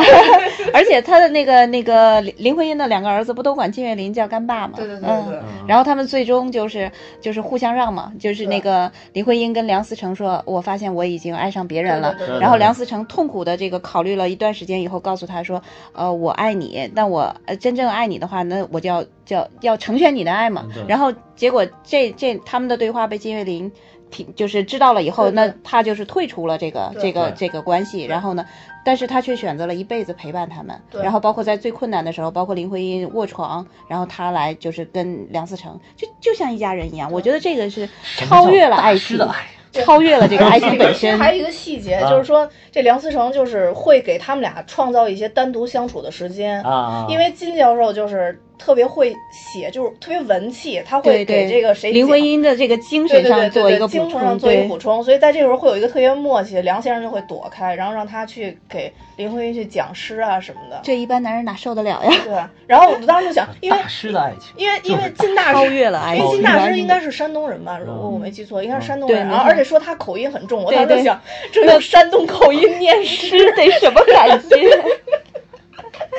而且他的那个那个林林徽因的两个儿子不都管金岳霖叫干爸吗？对对对对嗯对，嗯然后他们最终就是就是互相让嘛，就是那个林徽因跟梁思成说，我发现我已经爱上别人了对对对。对然后梁思成痛苦的这个考虑了一段时间以后，告诉他说，呃，我爱你，但我呃真正爱你的话，那我就要就要要成全你的爱嘛嗯对。然后结果这这他们的对话被金岳霖听，就是知道了以后，对对那他就是退出了这个对这个对这个关系。然后呢，但是他却选择了一辈子陪伴他们。对然后包括在最困难的时候，包括林徽因卧床，然后他来就是跟梁思成，就就像一家人一样。我觉得这个是超越了爱师情的，爱，超越了这个爱 情本其实身。还有一个细节，啊就是说这梁思成就是会给他们俩创造一些单独相处的时间，啊，因为金教授就是特别会写，就是特别文气，他会对给对，这个谁林徽讲。因的这个精对对神对上对做一对个对，补精神上充，做一个对补充，所以在这个时候会有一个特别默契，梁先生就会躲开，然后让他去给林徽因去讲诗啊什么的。这一般男人哪受得了呀？对，然后我当时就想，因为大师的爱情，因为就是因为金大超师越了爱因为情哦金原大来师是应该是山东人吧，如果嗯我没记错，应该是山东对人。没然后错而且说他口音很重，我对当时就对想，这用山东口音 念诗，诗得什么感觉？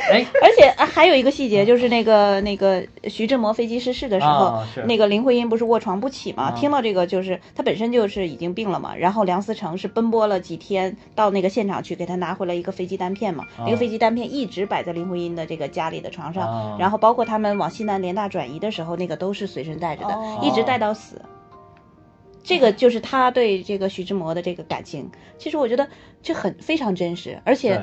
哎， 而且、啊、还有一个细节，就是那个那个徐志摩飞机失事的时候，啊是那个林徽因不是卧床不起嘛？啊听到这个就是她本身就是已经病了嘛，然后梁思成是奔波了几天到那个现场去给她拿回来一个飞机单片嘛，啊那个飞机单片一直摆在林徽因的这个家里的床上，啊然后包括他们往西南联大转移的时候，那个都是随身带着的，哦一直带到死。这个就是他对这个徐志摩的这个感情，其实我觉得这很非常真实，而且对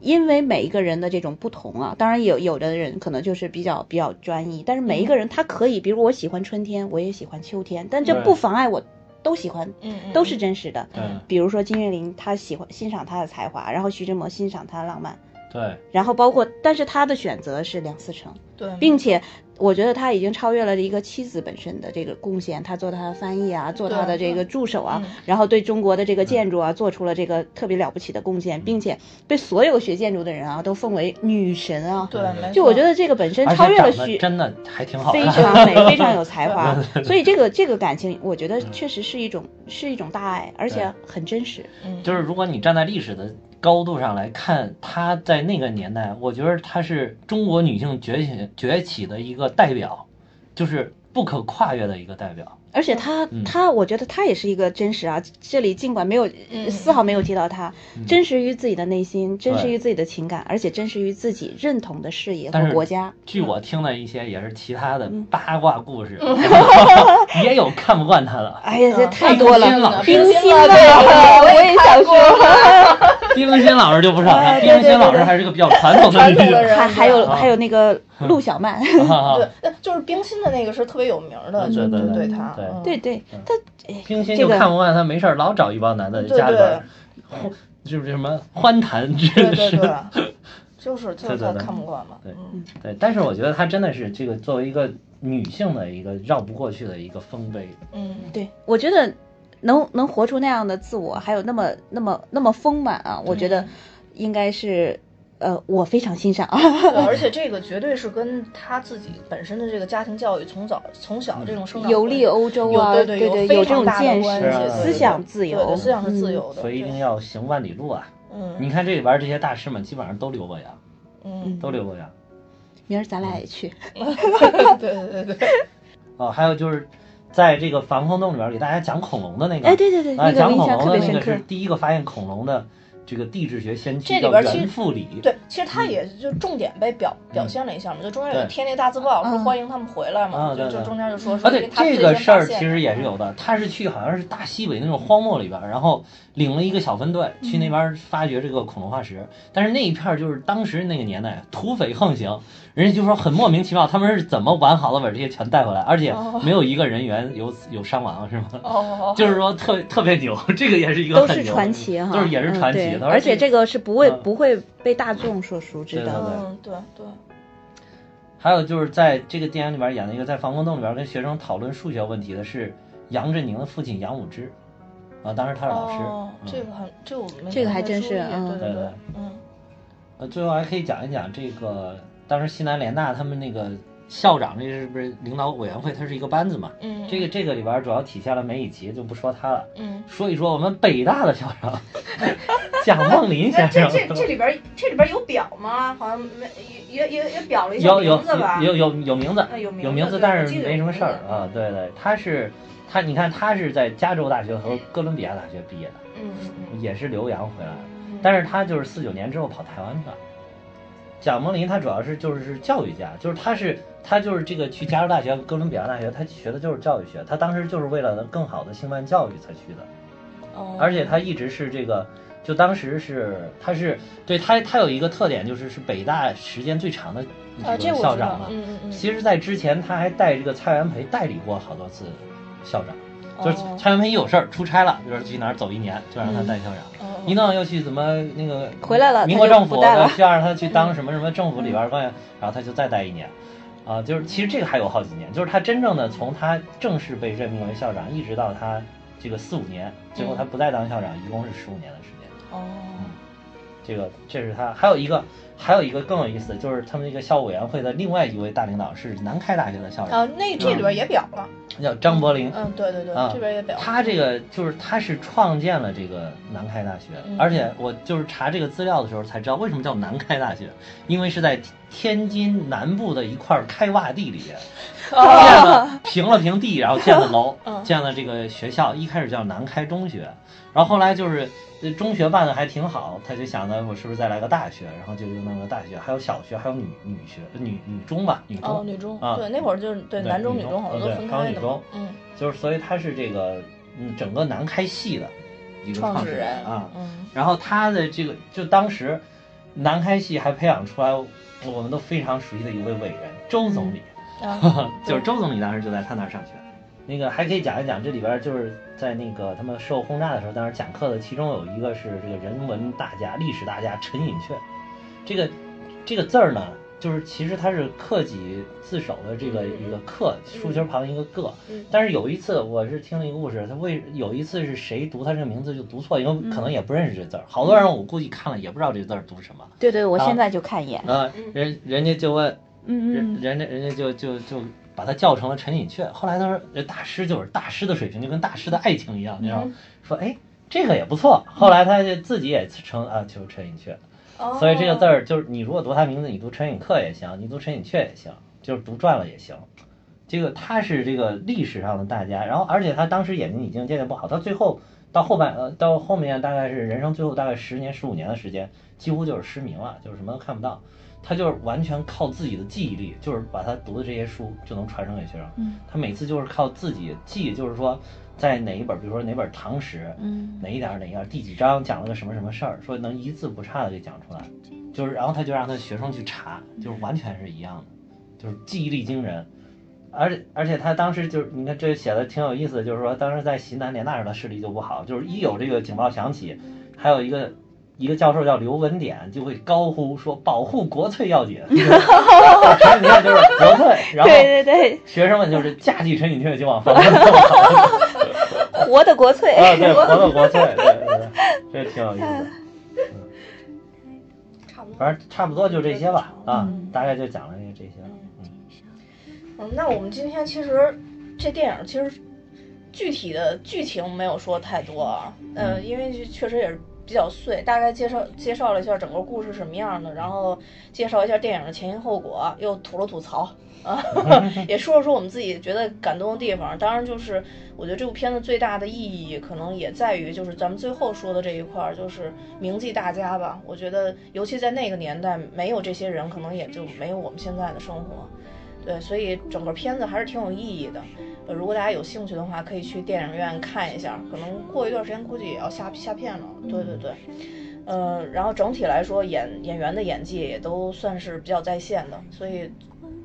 因为每一个人的这种不同啊，当然有有的人可能就是比较比较专一，但是每一个人他可以，比如我喜欢春天，我也喜欢秋天，但这对不妨碍我都喜欢，嗯嗯都是真实的。对比如说金岳霖，他喜欢欣赏他的才华，然后徐志摩欣赏他的浪漫，对然后包括，但是他的选择是梁思成，对，并且我觉得他已经超越了一个妻子本身的这个贡献，他做他的翻译啊，做他的这个助手啊，嗯然后对中国的这个建筑啊，做出了这个特别了不起的贡献，并且被所有学建筑的人啊都奉为女神啊。对，没就我觉错得这个本身而超且越了长得许真的还挺好非看。常 美，非常有才华。所以这个这个感情，我觉得确实是一种是一种大爱，而且很真实。嗯就是如果你站在历史的高度上来看，她在那个年代，我觉得她是中国女性崛起崛起的一个代表，就是不可跨越的一个代表。而且他嗯他，我觉得他也是一个真实啊。这里尽管没有嗯丝毫没有提到他，嗯真实于自己的内心，真实对于自己的情感，而且真实于自己认同的事业但和是国家。据嗯我听了一些也是其他的嗯八卦 故事，也有看不惯她的。哎呀，这嗯太冰多了心老，师冰冰心心了了，对我也想说，丁欣老师就不少哎了，对对丁欣老师还是个比较传统的传女统的人。人还还有啊还有那 个陆小曼，啊对，那就是冰心的那个是特别有名的，嗯就对就对对他，对嗯 对对，他哎冰心这就个看不惯他，没事儿老找一帮男的对家里边对儿，欢就是什么欢谈之对对 是对， 就是就是对对他对看不惯嘛，对嗯对，但是我觉得她真的是这个作为一个女性的一个绕不过去的一个丰碑，嗯，对，我觉得能能活出那样的自我，还有那么那么那么丰满啊，我觉嗯得应该是呃，我非常欣赏啊。对，而且这个绝对是跟他自己本身的这个家庭教育从早从小这种生长游历欧洲啊，有对对对有非有这种常大的见关识，啊系思对想自对对由，思想是自嗯。由的，所以一定对要行万里路啊！你嗯看这里边这些大师们，基本上都留过洋，嗯，都留过洋。明儿咱俩也去， 对对对对， 哦，还有就是在这个防空洞里边给大家讲恐龙的那个，哎，对对对，那啊，个讲印恐象龙特的别那深个刻是。第一个发现恐龙的这个地质学先这驱里叫边其实原富里，对，其实他也就重点被表表现了一下嘛，就中间有嗯对贴那个大字报说嗯欢迎他们回来嘛，啊就对就对中间就说说而这且个他这最个先事儿发现其实也是的有嗯的，他是去好像是大西北那种荒漠里边儿，然后领了一个小分队嗯去那边儿发掘这个恐龙化石，但是那一片儿就是当时那个年代土匪横行，人家就说很莫名其妙，他们是怎么完好的把这些全带回来，而且哦没有一个人员有有伤亡是吗？ 哦哦，就是说特特别牛，这个也是一个都很是牛传奇哈，就是也是嗯传对奇，他说而且这个是不会嗯不会被大众所熟知对的。嗯对对，还有就是在这个电影里边演了一个在防空洞里边跟学生讨论数学问题的是杨振宁的父亲杨武之，啊，当时他是老师。哦，嗯这个很这个我没这个还太真注是意嗯对对对对，嗯呃，最后还可以讲一讲这个当时西南联大他们那个校长，这是不是领导委员会？它是一个班子嘛。嗯，这个这个里边主要体现了梅以祺，就不说他了。嗯。说一说我们北大的校 长蒋梦麟那先哎这生，这这里边儿这里边儿有表吗？好像没也也也也表了一下有有名字吧？有有有名字啊，有名字有名对但我记是得有没什么名事儿字啊。对对，他是他，你看他是在加州大学和哥伦比亚大学毕业的，嗯嗯也是留洋回来的。嗯，但是是他就是四九年之后跑台湾去了。蒋梦麟他主要是就是教育家，就是他是他就是这个去加州大学、哥伦比亚大学，他学的就是教育学，他当时就是为了能更好的兴办教育才去的，哦而且他一直是这个，就当时是他是对他他有一个特点就是是北大时间最长的啊，这这个我校知长道嘛，，嗯嗯嗯，其实，在之前他还带这个蔡元培代理过好多次校长，就是哦蔡元培一有事儿出差了，就是去哪儿走一年，就让他带校长。哦一弄又去怎么那个嗯回来了民国他就政府不带了就让他去当什么什么政府里 边儿官员，然后他就再待一年，啊，嗯就是其实这个还有好几年，就是他真正的从他正式被任命为校长，一直到他这个四五年，最嗯后他不再当校长，一共是十五年的时间。哦，这个这是他，还有一个还有一个更有意思，就是他们那个校委员会的另外一位大领导是南开大学的校啊长，，那这里边儿也表了，叫张伯苓。嗯，对对对，啊这边儿也表，哦他这个就是他是创建了这个南开大学，嗯而且我就是查这个资料的时候才知道为什么叫南开大学，因为是在天津南部的一块开洼地里面建 了平了平地，然后建的楼，嗯建了这个学校，一开始叫南开中学，然后后来就是呃中学办的还挺好，他就想着我是不是再来个大学，然后就又弄个大学，还有小学，还有女女学女女中吧，女中、哦，女中啊，对，那会儿就是对对男中女女中好像中都呃对分还有开女的嘛中，嗯，就是所以他是这个嗯整个南开系的一个创始人啊。嗯，然后他的这个就当时南开系还培养出来我们都非常熟悉的一位伟人周总理，啊 就对是周总理当时就在他那儿上学。那个还可以讲一讲这里边就是在那个他们受轰炸的时候，当时讲课的，其中有一个是这个人文大家、历史大家陈寅恪，这个这个字儿呢，就是其实它是克己自守的这个一个克，竖心旁一个个嗯。但是有一次我是听了一个故事，他为有一次是谁读他这个名字就读错，因为可能嗯也不认识这字儿，好多人我估计看了也不知道这字儿读什么。对对，我啊现在就看一眼。啊，人人家就问，人嗯嗯人家人家就就就把他叫成了陈寅恪。后来他说，呃大师就是大师的水平，就跟大师的爱情一样，你知道吗？嗯说哎，这个也不错。后来他就自己也成啊，就是陈寅恪。哦所以这个字儿就是你如果读他名字，你读陈寅恪也行，你读陈寅恪也行，就是读转了也行。这个他是这个历史上的大家，然后而且他当时眼睛已经渐渐不好，他最后到后半呃到后面大概是人生最后大概十年十五年的时间，几乎就是失明了，就是什么都看不到。他就是完全靠自己的记忆力，就是把他读的这些书就能传承给学生。嗯他每次就是靠自己记，就是说在哪一本，比如说哪本唐史，嗯哪一点儿哪一点儿第几章讲了个什么什么事儿，说能一字不差的给讲出来，就是然后他就让他学生去查，就是完全是一样的，就是记忆力惊人，而且而且他当时就是你看这写的挺有意思的，就是说当时在西南联大时候他视力就不好，就是一有这个警报响起，还有一个。一个教授叫刘文典，就会高呼说：“保护国粹 要紧。” 你看，就是国粹，然后对对对，学生们就是架起陈寅恪就往房 间跑。活的国 粹。啊，对，活到国粹，对对对，这挺有意思的。差不多。反正差不多就这些吧，啊嗯，大概就讲了这些了。嗯，那我们今天其实这电影其实具体的剧情没有说太多啊，呃，嗯因为这确实也是比较碎，大概介绍介绍了一下整个故事什么样的，然后介绍一下电影的前因后果，又吐了吐槽啊， 也说了说我们自己觉得感动的地方。当然，就是我觉得这部片子最大的意义，可能也在于就是咱们最后说的这一块儿，就是铭记大家吧。我觉得，尤其在那个年代，没有这些人，可能也就没有我们现在的生活。对，所以整个片子还是挺有意义的。呃，如果大家有兴趣的话，可以去电影院看一下，可能过一段时间估计也要下下片了。对对对，嗯呃，然后整体来说演演员的演技也都算是比较在线的，所以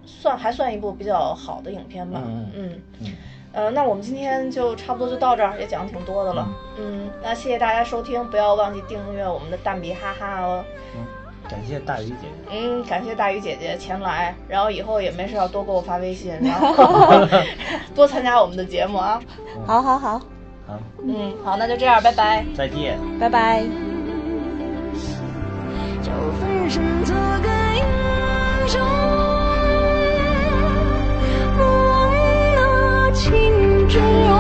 算还算一部比较好的影片吧。嗯嗯嗯呃，那我们今天就差不多就到这儿，也讲的挺多的了。嗯，那谢谢大家收听，不要忘记订阅我们的蛋比哈哈哦。嗯，感谢大鱼姐姐。嗯，感谢大鱼姐姐前来，然后以后也没事要多给我发微信，然后 多参加我们的节目啊。好好好，好，嗯，好，那就这样，拜拜。啊再见。拜拜。就分身做个英雄，不忘那青春容，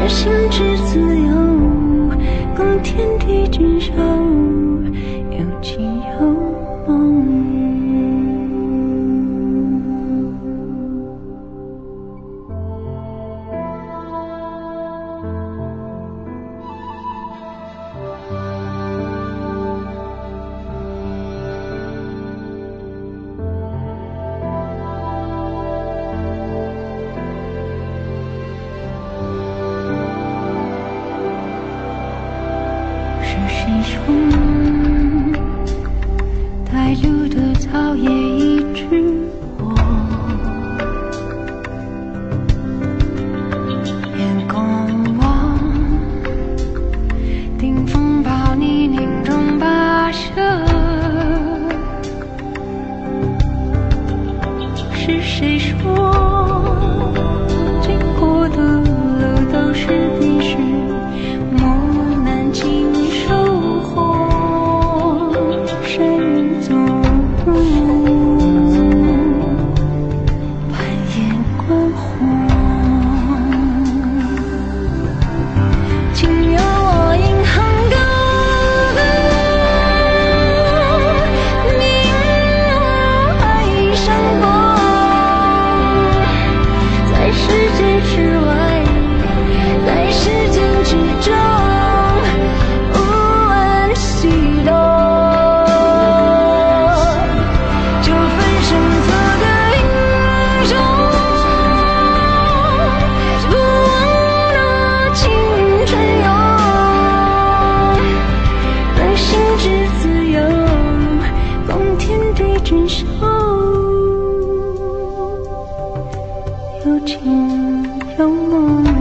也深知自由，共天地之手，有情有梦。是谁说，带露的草也医治我？眼光望，顶风暴泥泞中跋涉。是谁说，经过的路都是必须，磨难尽收获，谁阻路？攀岩观火。请由我引吭高歌，明我爱上过，在世界之外，在时间之中，无问西东。就分身做个英雄，不忘那青春永，能心之自由，共天地之手，有情有梦。